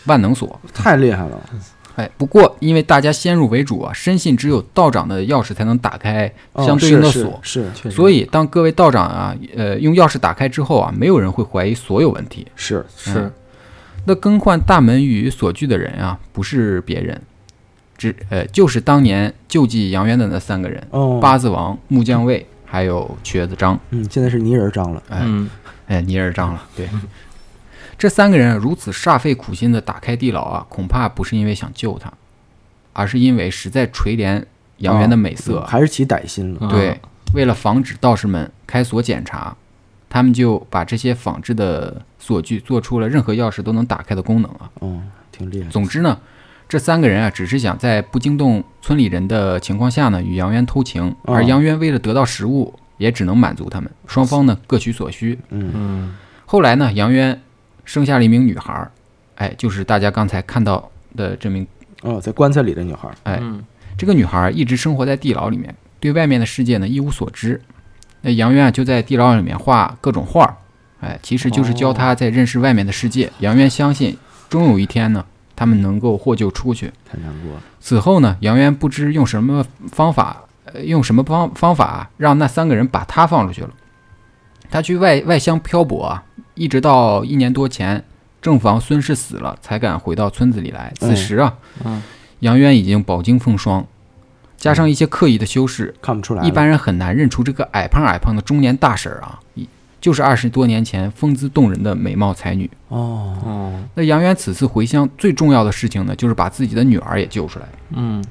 S1: 万能锁。
S2: 太厉害了，
S1: 哎，不过因为大家先入为主啊，深信只有道长的钥匙才能打开
S2: 哦
S1: 相对应的
S2: 是
S1: 锁，
S2: 是
S4: 确实
S1: 所以当各位道长啊，呃，用钥匙打开之后啊，没有人会怀疑锁有问题。
S2: 是
S1: 嗯
S4: 是
S1: 那更换大门与锁具的人啊，不是别人，只呃就是当年救济杨渊的那三个人：
S2: 哦，
S1: 八字王、木匠卫，还有瘸子张。
S2: 嗯，现在是泥人张了，
S1: 哎
S4: 嗯
S1: 哎，尼尔张了，对。这三个人啊如此煞费苦心的打开地牢啊，恐怕不是因为想救他，而是因为实在垂怜杨元的美色啊、
S2: 嗯还是起歹心了，
S4: 嗯
S3: 啊
S1: 对，为了防止道士们开锁检查，他们就把这些仿制的锁具做出了任何钥匙都能打开的功能啊。
S2: 嗯，挺厉害，
S1: 总之呢，这三个人啊，只是想在不惊动村里人的情况下呢，与杨渊偷情，
S2: 哦
S1: 而杨渊为了得到食物，也只能满足他们。双方呢，各取所需。
S2: 嗯，
S4: 嗯
S1: 后来呢，杨渊生下了一名女孩，儿，哎，就是大家刚才看到的这名。
S2: 哦，在棺材里的女孩，
S1: 哎
S4: 嗯
S1: 这个女孩儿一直生活在地牢里面，对外面的世界呢一无所知。那杨渊啊就在地牢里面画各种画，儿，哎，其实就是教她在认识外面的世界。杨渊相信，终有一天呢，他们能够获救出去。
S2: 太难过了，
S1: 此后呢，杨渊不知用什么方法，呃，用什么方方法让那三个人把他放出去了。他去外外乡漂泊啊，一直到一年多前，正房孙氏死了，才敢回到村子里来。
S2: 哎
S1: 此时啊，
S4: 嗯
S1: 杨渊已经饱经风霜，加上一些刻意的修饰，
S2: 看不出来了，
S1: 一般人很难认出这个矮胖矮胖的中年大婶儿啊，一就是二十多年前风姿动人的美貌才女。
S2: 哦，
S4: 哦
S1: 那杨渊此次回乡最重要的事情呢，就是把自己的女儿也救出来。
S4: 嗯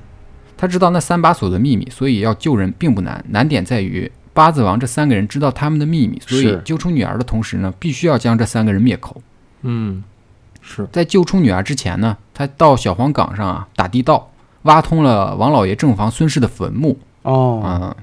S1: 他知道那三把锁的秘密，所以要救人并不难，难点在于八字王这三个人知道他们的秘密，所以
S2: 是
S1: 救出女儿的同时呢，必须要将这三个人灭口。
S4: 嗯是
S1: 在救出女儿之前呢，他到小黄岗上啊打地道，挖通了王老爷正房孙氏的坟墓
S2: 哦，
S1: 啊、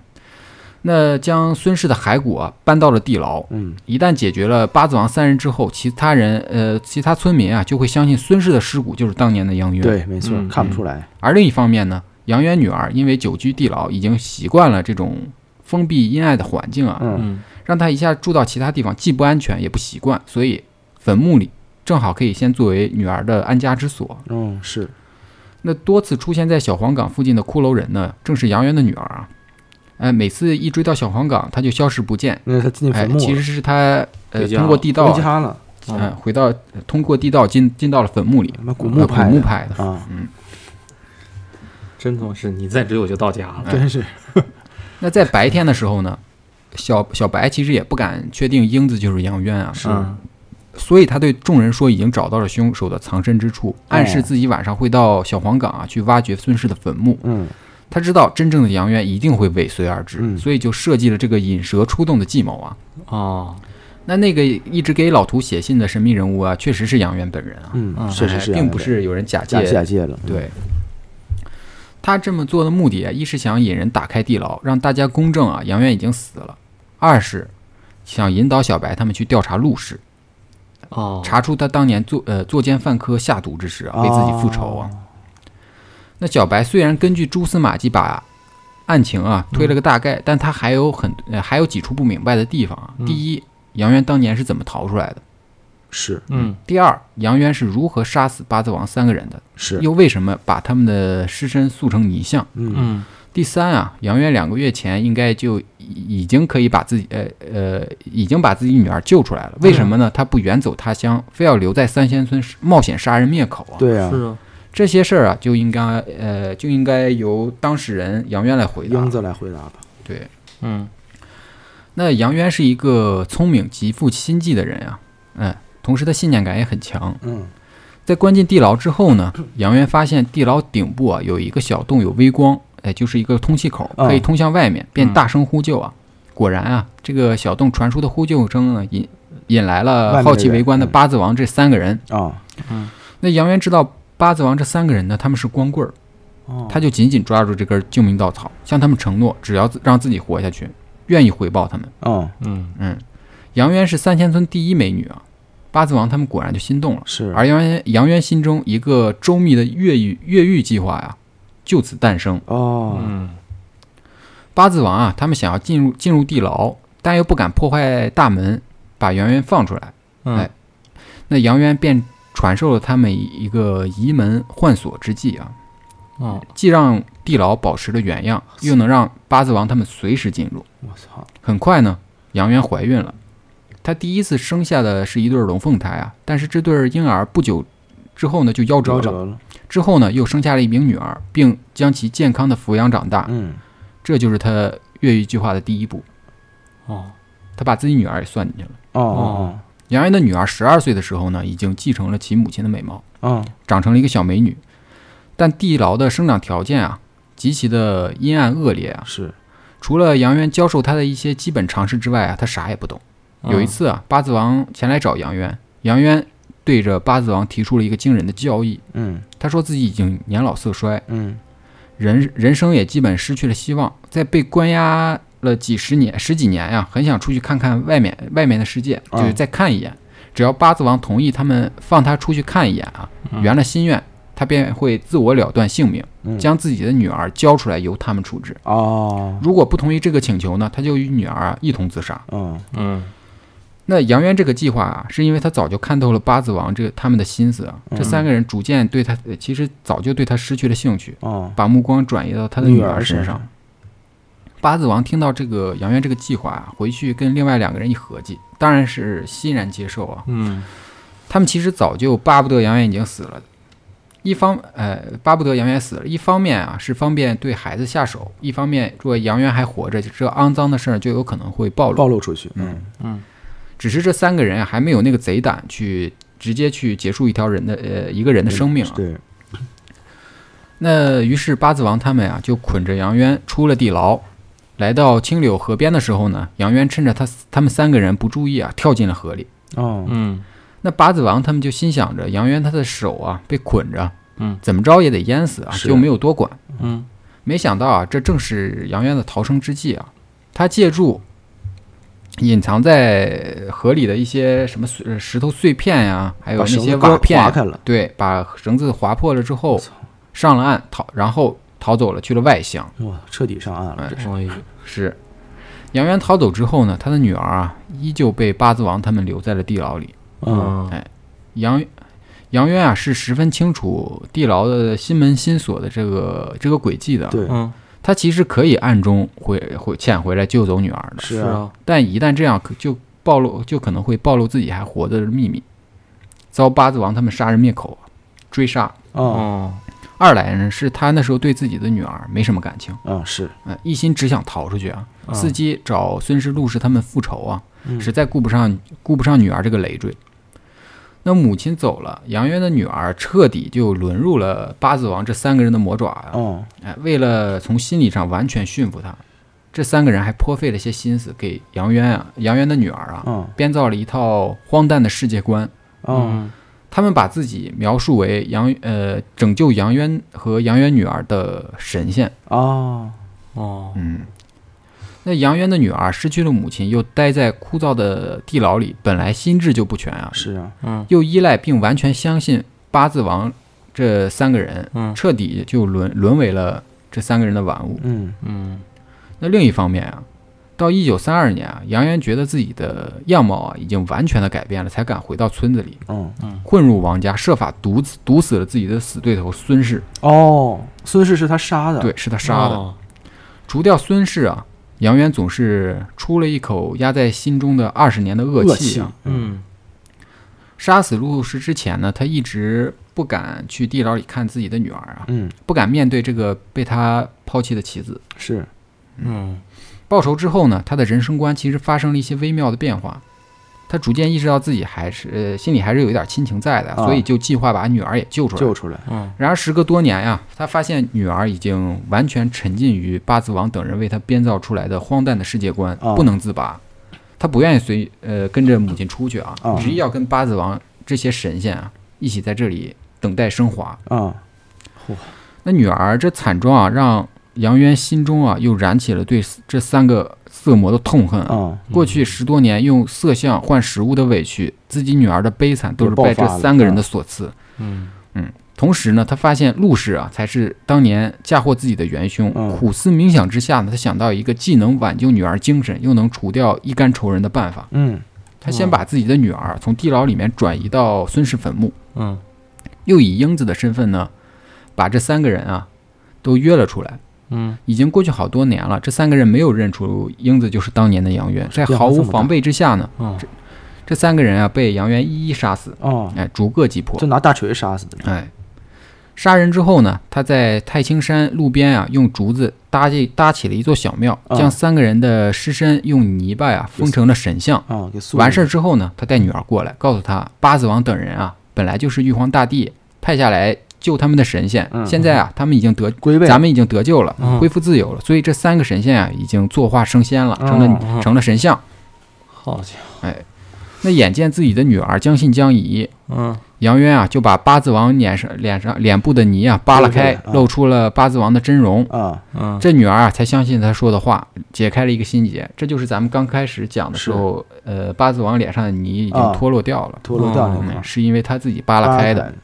S1: 那将孙氏的骸骨啊搬到了地牢。
S2: 嗯，
S1: 一旦解决了八字王三人之后，其他人呃其他村民啊就会相信孙氏的尸骨就是当年的杨渊。
S2: 对，没错
S4: 嗯，
S2: 看不出来，
S1: 而另一方面呢，杨渊女儿因为久居地牢，已经习惯了这种封闭阴暗的环境啊，
S2: 嗯，
S4: 嗯
S1: 让她一下住到其他地方，既不安全也不习惯，所以坟墓里正好可以先作为女儿的安家之所。
S2: 嗯，是，
S1: 那多次出现在小黄岗附近的骷髅人呢，正是杨渊的女儿啊。哎，每次一追到小黄岗，她就消失不见。
S2: 那他进
S1: 哎
S2: 坟，墓
S1: 其
S2: 了，
S1: 实是她呃
S4: 回家
S1: 通过地道
S2: 回
S1: 啊，
S2: 家了，
S1: 嗯、回到呃通过地道进进到了坟墓里，
S2: 他妈古
S1: 呃
S2: 墓派
S1: 古墓嗯派的。
S2: 啊，
S4: 真总是你再追我就到家了，
S1: 哎
S2: 真是，
S1: 那在白天的时候呢，小小白其实也不敢确定英子就是杨渊啊，
S4: 嗯
S1: 所以他对众人说已经找到了凶手的藏身之处，暗示自己晚上会到小黄岗啊去挖掘孙氏的坟墓。
S2: 嗯，
S1: 他知道真正的杨渊一定会尾随而至，
S2: 嗯
S1: 所以就设计了这个引蛇出洞的计谋啊。
S4: 哦
S1: 那那个一直给老图写信的神秘人物啊，确实是杨渊本人啊，
S2: 嗯，
S4: 嗯
S2: 是是
S1: 哎
S2: 是，
S1: 并不是有人假
S2: 假
S1: 借
S2: 假借了，嗯
S1: 对，他这么做的目的啊，一是想引人打开地牢，让大家公正啊，杨渊已经死了；二是想引导小白他们去调查陆氏，
S4: 哦
S1: 查出他当年作呃作奸犯科下毒之事啊，
S2: 哦
S1: 为自己复仇啊。那小白虽然根据蛛丝马迹把案情啊
S2: 嗯
S1: 推了个大概，但他还有很、呃、还有几处不明白的地方
S2: 嗯
S1: 啊。第一，杨渊当年是怎么逃出来的？
S2: 是
S4: 嗯
S1: 第二，杨渊是如何杀死八字王三个人的？
S2: 是，
S1: 又为什么把他们的尸身塑成泥像？
S2: 嗯，
S4: 嗯
S1: 第三啊，杨渊两个月前应该就已已经可以把自己呃呃已经把自己女儿救出来了，为什么呢？他不远走他乡，非要留在三仙村冒险杀人灭口啊！
S2: 对啊，
S4: 是啊
S1: 这些事儿啊，就应该呃就应该由当事人杨渊来回答
S2: 英。子来回答吧，
S1: 对，
S4: 嗯
S1: 那杨渊是一个聪明、极富心计的人啊，嗯，同时他信念感也很强。
S2: 嗯，
S1: 在关进地牢之后呢，杨渊发现地牢顶部啊有一个小洞，有微光，哎，就是一个通气口，
S2: 嗯
S1: 可以通向外面，便大声呼救啊。果然啊，这个小洞传出的呼救声呢，引引来了好奇围观的八字王这三个人。
S2: 啊，
S1: 那杨渊知道八字王这三个人呢，他们是光棍儿，
S2: 哦，
S1: 他就紧紧抓住这根救命稻草，向他们承诺，只要自让自己活下去，愿意回报他们。
S2: 嗯，
S4: 嗯
S1: 嗯，杨渊是三千村第一美女啊，八字王他们果然就心动了。
S2: 是，
S1: 而杨渊杨渊心中一个周密的越狱越狱计划呀，就此诞生。
S2: 哦，
S4: 嗯
S1: 八字王啊，他们想要进入进入地牢，但又不敢破坏大门，把杨渊放出来。
S4: 嗯
S1: 那杨渊便传授了他们一个移门换锁之计啊，
S3: 哦，
S1: 既让地牢保持了原样，又能让八字王他们随时进入。
S2: 我操，
S1: 很快呢，杨元怀孕了，她第一次生下的是一对龙凤胎啊，但是这对婴儿不久之后呢就夭折
S2: 夭
S1: 了，
S2: 折了，
S1: 之后呢又生下了一名女儿，并将其健康的抚养长大，
S2: 嗯，
S1: 这就是她越狱计划的第一步。
S3: 哦，
S1: 她把自己女儿也算进去了。
S2: 哦哦
S1: 杨元的女儿十二岁的时候呢，已经继承了其母亲的美貌，
S2: 哦，
S1: 长成了一个小美女，但地牢的生长条件啊极其的阴暗恶劣啊
S2: 嗯，，是，
S1: 除了杨元教授他的一些基本常识之外啊，他啥也不懂。
S3: 嗯
S1: 有一次啊，八字王前来找杨渊，杨渊对着八字王提出了一个惊人的教义。
S2: 嗯
S1: 他说自己已经年老色衰，
S2: 嗯
S1: 人人生也基本失去了希望，在被关押了几十年、十几年呀、很想出去看看外面外面的世界，
S2: 嗯
S1: 就是再看一眼。只要八字王同意他们放他出去看一眼啊，
S3: 嗯
S1: 圆了心愿，他便会自我了断性命，
S2: 嗯，
S1: 将自己的女儿交出来由他们处置。
S2: 哦，
S1: 如果不同意这个请求呢，他就与女儿啊一同自杀。
S2: 嗯
S4: 嗯
S1: 那杨渊这个计划啊，是因为他早就看透了八字王这个他们的心思啊。这三个人逐渐对他，呃其实早就对他失去了兴趣，
S2: 哦，
S1: 把目光转移到他的
S2: 女
S1: 儿
S2: 儿
S1: 身
S2: 身
S1: 上。八字王听到这个杨渊这个计划啊，回去跟另外两个人一合计，当然是欣然接受啊。
S3: 嗯，
S1: 他们其实早就巴不得杨渊已经死了，一方呃巴不得杨渊死了，一方面啊是方便对孩子下手，一方面如果杨渊还活着，这肮脏的事儿就有可能会暴露。
S2: 暴露出去，嗯
S1: 只是这三个人啊还没有那个贼胆去直接去结束一条人的呃一个人的生命、啊。
S2: 对，
S1: 那于是八字王他们啊就捆着杨渊出了地牢，来到青柳河边的时候呢，杨渊趁着他他们三个人不注意啊跳进了河里。
S2: 哦，
S4: 嗯
S1: 那八字王他们就心想着杨渊他的手啊被捆着，
S4: 嗯，
S1: 怎么着也得淹死啊，
S2: 是
S1: 就没有多管。
S4: 嗯
S1: 没想到啊，这正是杨渊的逃生之计啊！他借助隐藏在河里的一些什么碎呃石头碎片呀、还有
S2: 把
S1: 那
S2: 绳
S1: 些
S2: 子
S1: 瓦
S2: 割
S1: 片
S2: 划
S1: 啊，
S2: 开了，
S1: 对，把绳子划破了之后
S2: 操，
S1: 上了岸逃，然后逃走了，去了外乡。
S2: 哇，彻底上岸
S1: 哎
S2: 了，这是，
S4: 哎呦
S1: 是杨渊逃走之后呢，他的女儿啊，依旧被八字王他们留在了地牢里。
S2: 嗯
S1: 哎杨杨渊啊，是十分清楚地牢的心门心锁的这个这个轨迹的。
S2: 对，
S4: 嗯
S1: 他其实可以暗中回回潜回来救走女儿的，
S2: 是啊，
S4: 啊
S1: 但一旦这样，可就暴露就可能会暴露自己还活着的秘密，遭八字王他们杀人灭口，追杀。
S2: 哦，
S4: 哦
S1: 二来呢，是他那时候对自己的女儿没什么感情，
S2: 嗯是，
S1: 呃，一心只想逃出去啊，
S4: 嗯
S1: 伺机找孙氏、陆氏他们复仇啊，
S2: 嗯
S1: 实在顾不上顾不上女儿这个累赘。那母亲走了，杨渊的女儿彻底就沦入了八字王这三个人的魔爪啊。
S2: 哦，
S1: 哎，为了从心理上完全驯服他，这三个人还颇费了些心思，给杨渊啊、杨渊的女儿啊，
S2: 嗯
S1: 编造了一套荒诞的世界观。嗯
S2: 哦，
S1: 他们把自己描述为杨呃拯救杨渊和杨渊女儿的神仙。
S2: 哦，
S4: 哦
S1: 嗯，那杨渊的女儿失去了母亲，又待在枯燥的地牢里，本来心智就不全啊，
S2: 是啊，
S4: 嗯
S1: 又依赖并完全相信八字王这三个人，
S4: 嗯
S1: 彻底就沦沦为了这三个人的玩物。
S2: 嗯
S4: 嗯
S1: 那另一方面啊，到一九三二年啊，杨元觉得自己的样貌啊已经完全的改变了，才敢回到村子里，
S2: 嗯
S1: 混入王家，设法毒死毒死了自己的死对头孙氏。
S2: 哦，孙氏是他杀的，
S1: 对，是他杀的。
S4: 哦
S1: 除掉孙氏啊，杨元总是出了一口压在心中的二十年的恶
S2: 恶
S1: 气
S2: 气
S1: 啊。，
S4: 嗯
S1: 杀死陆氏之前呢，他一直不敢去地牢里看自己的女儿啊，
S2: 嗯
S1: 不敢面对这个被他抛弃的妻子。
S2: 是，
S4: 嗯
S1: 报仇之后呢，他的人生观其实发生了一些微妙的变化。他逐渐意识到自己还是呃心里还是有一点亲情在的，
S2: 啊
S1: 所以就计划把女儿也救出来。
S2: 救出来，
S4: 嗯
S1: 然而时隔多年呀，他发现女儿已经完全沉浸于八字王等人为他编造出来的荒诞的世界观，
S2: 啊
S1: 不能自拔。他不愿意随呃跟着母亲出去啊，
S2: 啊
S1: 执意要跟八字王这些神仙啊一起在这里等待升华。
S2: 嗯
S1: 那女儿这惨状啊，让杨渊心中啊又燃起了对这三个色魔的痛恨啊。
S2: 嗯
S1: 过去十多年用色相换食物的委屈，自己女儿的悲惨都是拜这三个人的所赐。
S4: 嗯
S1: 同时呢，他发现陆氏啊才是当年嫁祸自己的元凶。
S2: 嗯
S1: 苦思冥想之下呢，他想到一个既能挽救女儿精神，又能除掉一干仇人的办法。
S2: 嗯，
S1: 他先把自己的女儿从地牢里面转移到孙氏坟墓，
S3: 嗯
S1: 又以英子的身份呢，把这三个人啊都约了出来。
S3: 嗯
S1: 已经过去好多年了，这三个人没有认出英子就是当年的杨元，在
S2: 变化
S1: 毫无
S2: 这么大
S1: 防备之下呢，
S3: 嗯
S1: 这三个人啊被杨元一一杀死，
S2: 哦，
S1: 哎，逐个击破
S2: 就。拿大锤杀死的。
S1: 哎，杀人之后呢，他在太清山路边啊，用竹子搭起搭起了一座小庙，
S2: 啊
S1: 将三个人的尸身用泥巴呀封成了神像。
S2: 啊，给塑
S1: 完事儿之后呢，他带女儿过来，告诉他八子王等人啊，本来就是玉皇大帝派下来救他们的神仙，
S2: 嗯
S1: 现在啊，他们已经得
S2: 龟背，
S1: 咱们已经得救了，
S3: 嗯
S1: 恢复自由了，所以这三个神仙啊，已经作化升仙了，成了、
S3: 嗯
S1: 成了神像。
S3: 好家伙，
S1: 那眼见自己的女儿将信将疑，
S3: 嗯
S1: 杨渊啊，就把八字王脸上、脸上、脸部的泥啊扒拉开
S2: 扒拉开，啊
S1: 露出了八字王的真容。
S2: 啊，
S3: 嗯
S1: 这女儿啊，才相信他说的话，解开了一个心结。这就是咱们刚开始讲的时候，呃，八字王脸上的泥已经
S2: 啊
S1: 脱落掉了，
S2: 脱落掉那
S1: 嗯，
S2: 个，
S1: 是因为他自己扒
S2: 啊扒
S1: 拉开的。。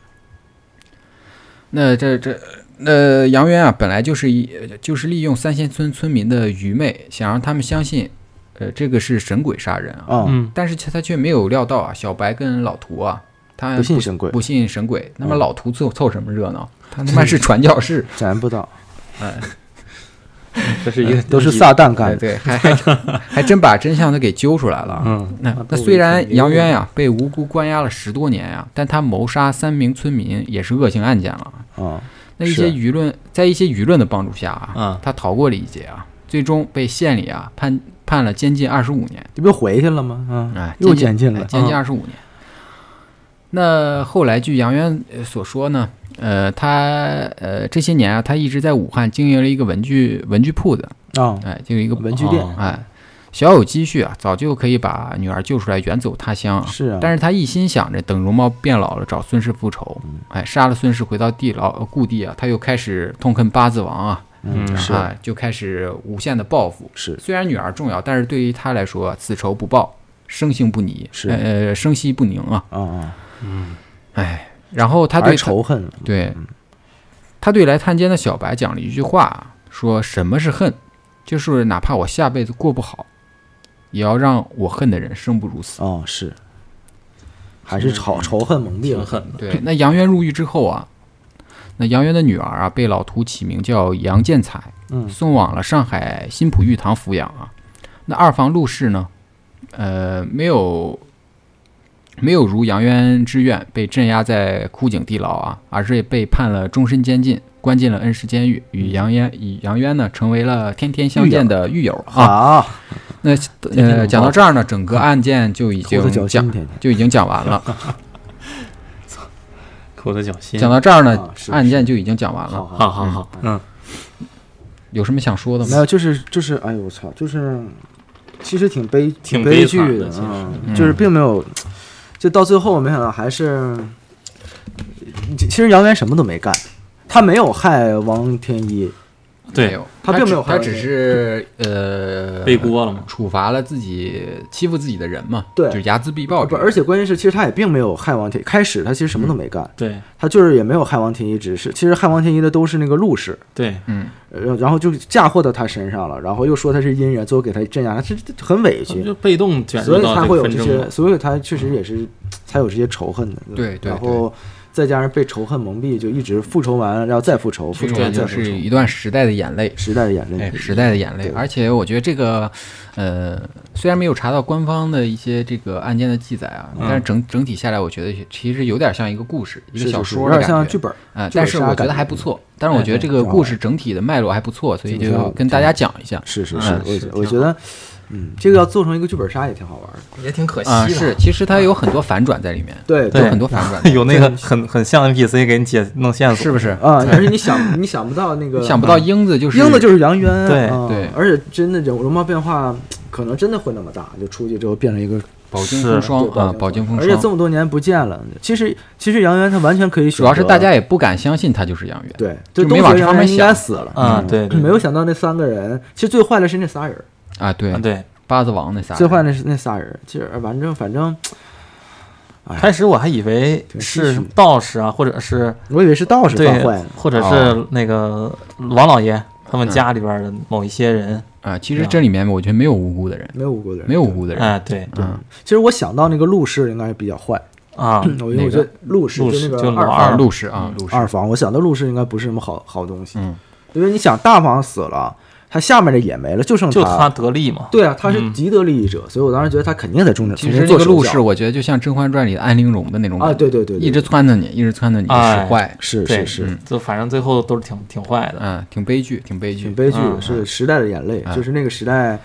S1: 那这这，呃，杨渊啊，本来就是一就是利用三仙村村民的愚昧，想让他们相信，呃，这个是神鬼杀人啊。
S2: 啊，
S3: 嗯
S1: 但是却他却没有料到啊，小白跟老涂啊，他
S2: 不信神鬼，
S1: 不信神鬼，那么
S2: 嗯
S1: 老涂凑凑什么热闹？他他妈是传教士，
S2: 咱不道，
S4: 这是一个
S2: 都是撒旦 <laughs> 干
S1: 对对，
S2: 的。
S1: 还还
S2: <laughs>
S1: 还真把真相他给揪出来了啊。
S3: 嗯
S1: 那
S2: 那
S1: 那
S2: 不
S1: 虽
S2: 无
S1: 然
S2: 从
S1: 杨渊呀被无辜关押了十多年呀，但他谋杀三名村民也是恶性案件了啊。
S2: 啊，
S1: 那一
S2: 是嗯
S1: 些舆论在一些舆论的帮助下啊，
S3: 啊
S1: 他逃过了一劫啊，最终被县里啊判判了监禁二十五年，
S2: 这不又回去了吗？啊，
S1: 哎，
S2: 又
S1: 监禁
S2: 监禁
S1: 哎
S2: 了。嗯
S1: 监禁二十五年。那后来据杨渊呃所说呢，呃，他呃这些年啊，他一直在武汉经营了一个文具文具铺子，
S2: 啊，
S1: 哎，就有一个
S2: 文具店
S3: 哦
S1: 哎，小有积蓄啊，早就可以把女儿救出来远走他乡啊。
S2: 是啊，
S1: 但是他一心想着等容貌变老了找孙氏复仇，
S2: 嗯
S1: 哎，杀了孙氏回到地牢呃故地啊，他又开始痛恨八字王啊，
S2: 嗯，是
S1: 啊，就开始无限的报复。
S2: 是
S1: 虽然女儿重要，但是对于他来说，此仇不报，生性不宁，
S2: 是
S1: 呃，生息不宁啊。
S2: 啊啊，
S1: 哎，然后他
S2: 还
S1: 对
S2: 是仇嗯恨了。
S1: 对，他对来探监的小白讲了一句话，说什么是恨，就是哪怕我下辈子过不好，也要让我恨的人生不如死。
S2: 哦，是，还是仇仇恨蒙蔽
S4: 挺
S2: 了。
S4: 狠的，
S1: 对，那杨渊入狱之后啊，那杨渊的女儿啊，被老涂起名叫杨建彩，
S2: 嗯
S1: 送往了上海新浦玉堂抚养啊。那二房陆氏呢，呃，没有没有如杨渊之愿被镇压在枯井地牢啊，而是被判了终身监禁，关进了恩施监狱，与杨渊与杨渊呢成为了天天相见的狱友啊。
S2: 好，
S1: 那
S3: 天
S1: 呃，
S3: 拥
S1: 讲到
S3: 抱
S1: 这儿呢，整个案件就已
S2: 头
S1: 经
S2: 子脚
S1: 讲
S2: 心天天。
S1: 就已经讲完了。
S4: 口的脚心。
S1: 讲到这儿呢
S2: 啊，是
S1: 案件就已经讲完
S2: 好
S1: 了。
S4: 好
S2: 好，
S4: 好好，
S3: 嗯
S1: 有什么想说的
S2: 没
S1: 吗？
S2: 有，就是就是，哎呦我操，就是其实挺悲
S4: 挺
S2: 悲
S4: 悲惨
S2: 剧
S4: 的其实
S2: 嗯，就是并没有，就到最后我没想到还是，其其实杨元什么都没干，他没有害王天一，
S1: 没
S4: 对，
S1: 有，
S2: 他并没有
S1: 只他
S2: 害
S1: 只
S2: 人
S1: 是呃
S4: 背锅了嘛。
S1: 处罚了自己欺负自己的人嘛，
S2: 对
S1: 就是睚眦必报
S2: 不，
S1: 这个。
S2: 而且关键是其实他也并没有害王天，开始他其实什么都没干，
S4: 对
S2: 他就是也没有害王天一，只是其实害王天一的都是那个陆氏。
S4: 对，
S1: 嗯，
S2: 呃然后就嫁祸到他身上了，然后又说他是阴人，最后给他镇压，他这这很委
S4: 他们
S2: 屈，
S4: 就被动卷
S2: 所
S4: 入
S2: 以
S4: 到
S2: 才
S4: 这个
S2: 会有
S4: 纷
S2: 这
S4: 争
S2: 些，
S4: 中。
S2: 所以他确实也是才有这些仇恨的。
S1: 嗯对对
S2: 然后再加上被仇恨蒙蔽，就一直复仇完，然后再复仇，复
S1: 这
S2: 仇
S1: 个
S2: 完再
S1: 就
S2: 复
S1: 是
S2: 仇，
S1: 一段时代的眼泪，
S2: 时代的眼
S1: 哎
S2: 泪，，
S1: 时代的眼泪。
S2: 对
S1: 而且我觉得这个，呃，虽然没有查到官方的一些这个案件的记载啊，
S2: 嗯
S1: 但是整整体下来，我觉得其实有点像一个故事，一
S2: 是
S1: 个
S2: 是
S1: 小
S2: 是
S1: 说
S2: 有
S1: 的
S2: 点像
S1: 感
S2: 剧
S1: 觉。
S2: 本儿。
S1: 啊，
S2: 剧
S1: 但
S2: 本
S1: 是
S2: 杀
S1: 我觉
S2: 感
S1: 得还
S2: 觉
S1: 不错，但是我觉得这
S2: 哎
S1: 个
S2: 挺好
S1: 故事整体的脉络还不错，所以
S2: 挺好
S1: 就跟大家讲一下。
S2: 是是
S1: 嗯
S2: 是，
S4: 是
S2: 我我
S4: 挺
S2: 觉得，嗯，这个要做成一个剧本杀也挺好玩的。
S4: 也挺可
S1: 啊，是，其实它有很多反转在里面，
S2: 对
S1: <laughs> 有
S3: 对
S1: 很多反转在里面，
S3: 有那个很很像 NPC 给你解弄线
S1: 是
S3: 索，
S1: 不是？
S2: 啊，而且你想你想不到那个
S1: <laughs> 想不到英子就是
S2: 英子就是杨渊，
S3: 对
S2: 啊
S1: 对
S2: 而且真的容容貌变化可能真的会那么大，就出去之后变成一个
S1: 饱经风霜啊，饱经风
S2: 而且这
S1: 霜。
S2: 么多年不见了，其实其实杨元他完全可以选择，
S1: 主要是大家也不敢相信他就是杨元，
S2: 对，就
S1: 就
S2: 都
S1: 没
S2: 觉
S1: 往
S2: 得
S1: 这
S2: 杨
S1: 方面
S2: 元应该
S1: 想嗯
S2: 死了嗯
S3: 啊对对
S2: 没有想到那三个人，其实最坏的是那仨人，
S1: 啊，对
S3: 啊，对。
S1: 八字王那仨人，
S2: 最坏的是那仨人，其实呃反正反正
S3: 开始我还以为
S2: 挺唏
S3: 是
S2: 嘘
S3: 道士啊，或者是
S2: 我以为是道士
S3: 对
S2: 犯坏了，
S3: 或者
S1: 哦
S3: 是那个王老爷，
S4: 他们家里边的某一些人，
S1: 啊，其实这里面我觉得没有无辜的人，
S2: 没有无辜的人，
S1: 没有无辜的人。
S4: 哎，对
S1: 嗯，
S2: 其实我想到那个陆氏应该是比较坏，嗯
S4: 啊，
S2: 我因为我觉得陆氏
S4: 陆
S2: 就
S4: 氏
S2: 那
S4: 就
S2: 个
S4: 老
S2: 二嗯
S4: 二
S1: 啊，陆氏啊，陆氏，
S2: 二房，我想到陆氏应该不是什么好好东西，
S1: 嗯
S2: 因为你想大房死了，他下面的也没了，就剩
S4: 就他得利嘛，
S2: 对啊，他是
S4: 嗯
S2: 极得利益者，所以我当时觉得他肯定得重视。
S1: 其实这
S2: 这
S1: 个陆氏，我觉得就像《甄嬛传》里的安陵容的那种感
S2: 啊，
S1: 觉，
S2: 对对对，对
S1: 一直撺掇你，一直撺掇你使
S4: 哎
S1: 坏，
S2: 是
S4: 对
S2: 是是，
S1: 嗯
S4: 就反正最后都是挺挺坏的，
S1: 嗯，挺悲剧，挺悲剧
S2: 挺。悲剧的，
S4: 嗯
S2: 是时代的眼泪，
S1: 哎
S2: 就是那个时代，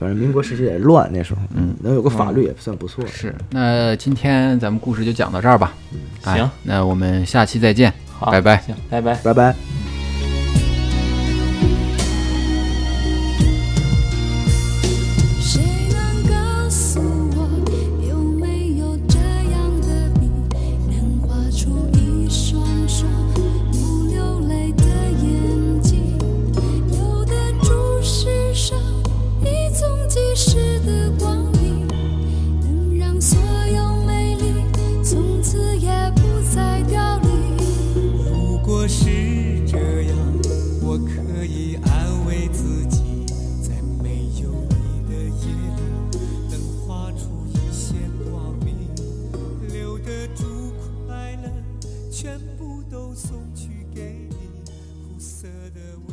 S2: 反正民国时期也乱，那时候，嗯，能有个法律也算不错。
S1: 是，那今天咱们故事就讲到这儿吧。哎
S4: 行，
S1: 那我们下期再见，
S4: 好，
S1: 拜拜。
S4: 行，拜拜。
S2: 拜拜。
S5: 谁能告诉我，有没有这样的笔，能画出一双双不流泪的眼睛？有的注视上一纵即逝的光影，能让所有美丽从此也不再凋零。
S6: 如果是这样，我可以安慰自己，在没有你的夜里，能画出一线光明，留得住快乐，全部都送去给你，苦涩的味。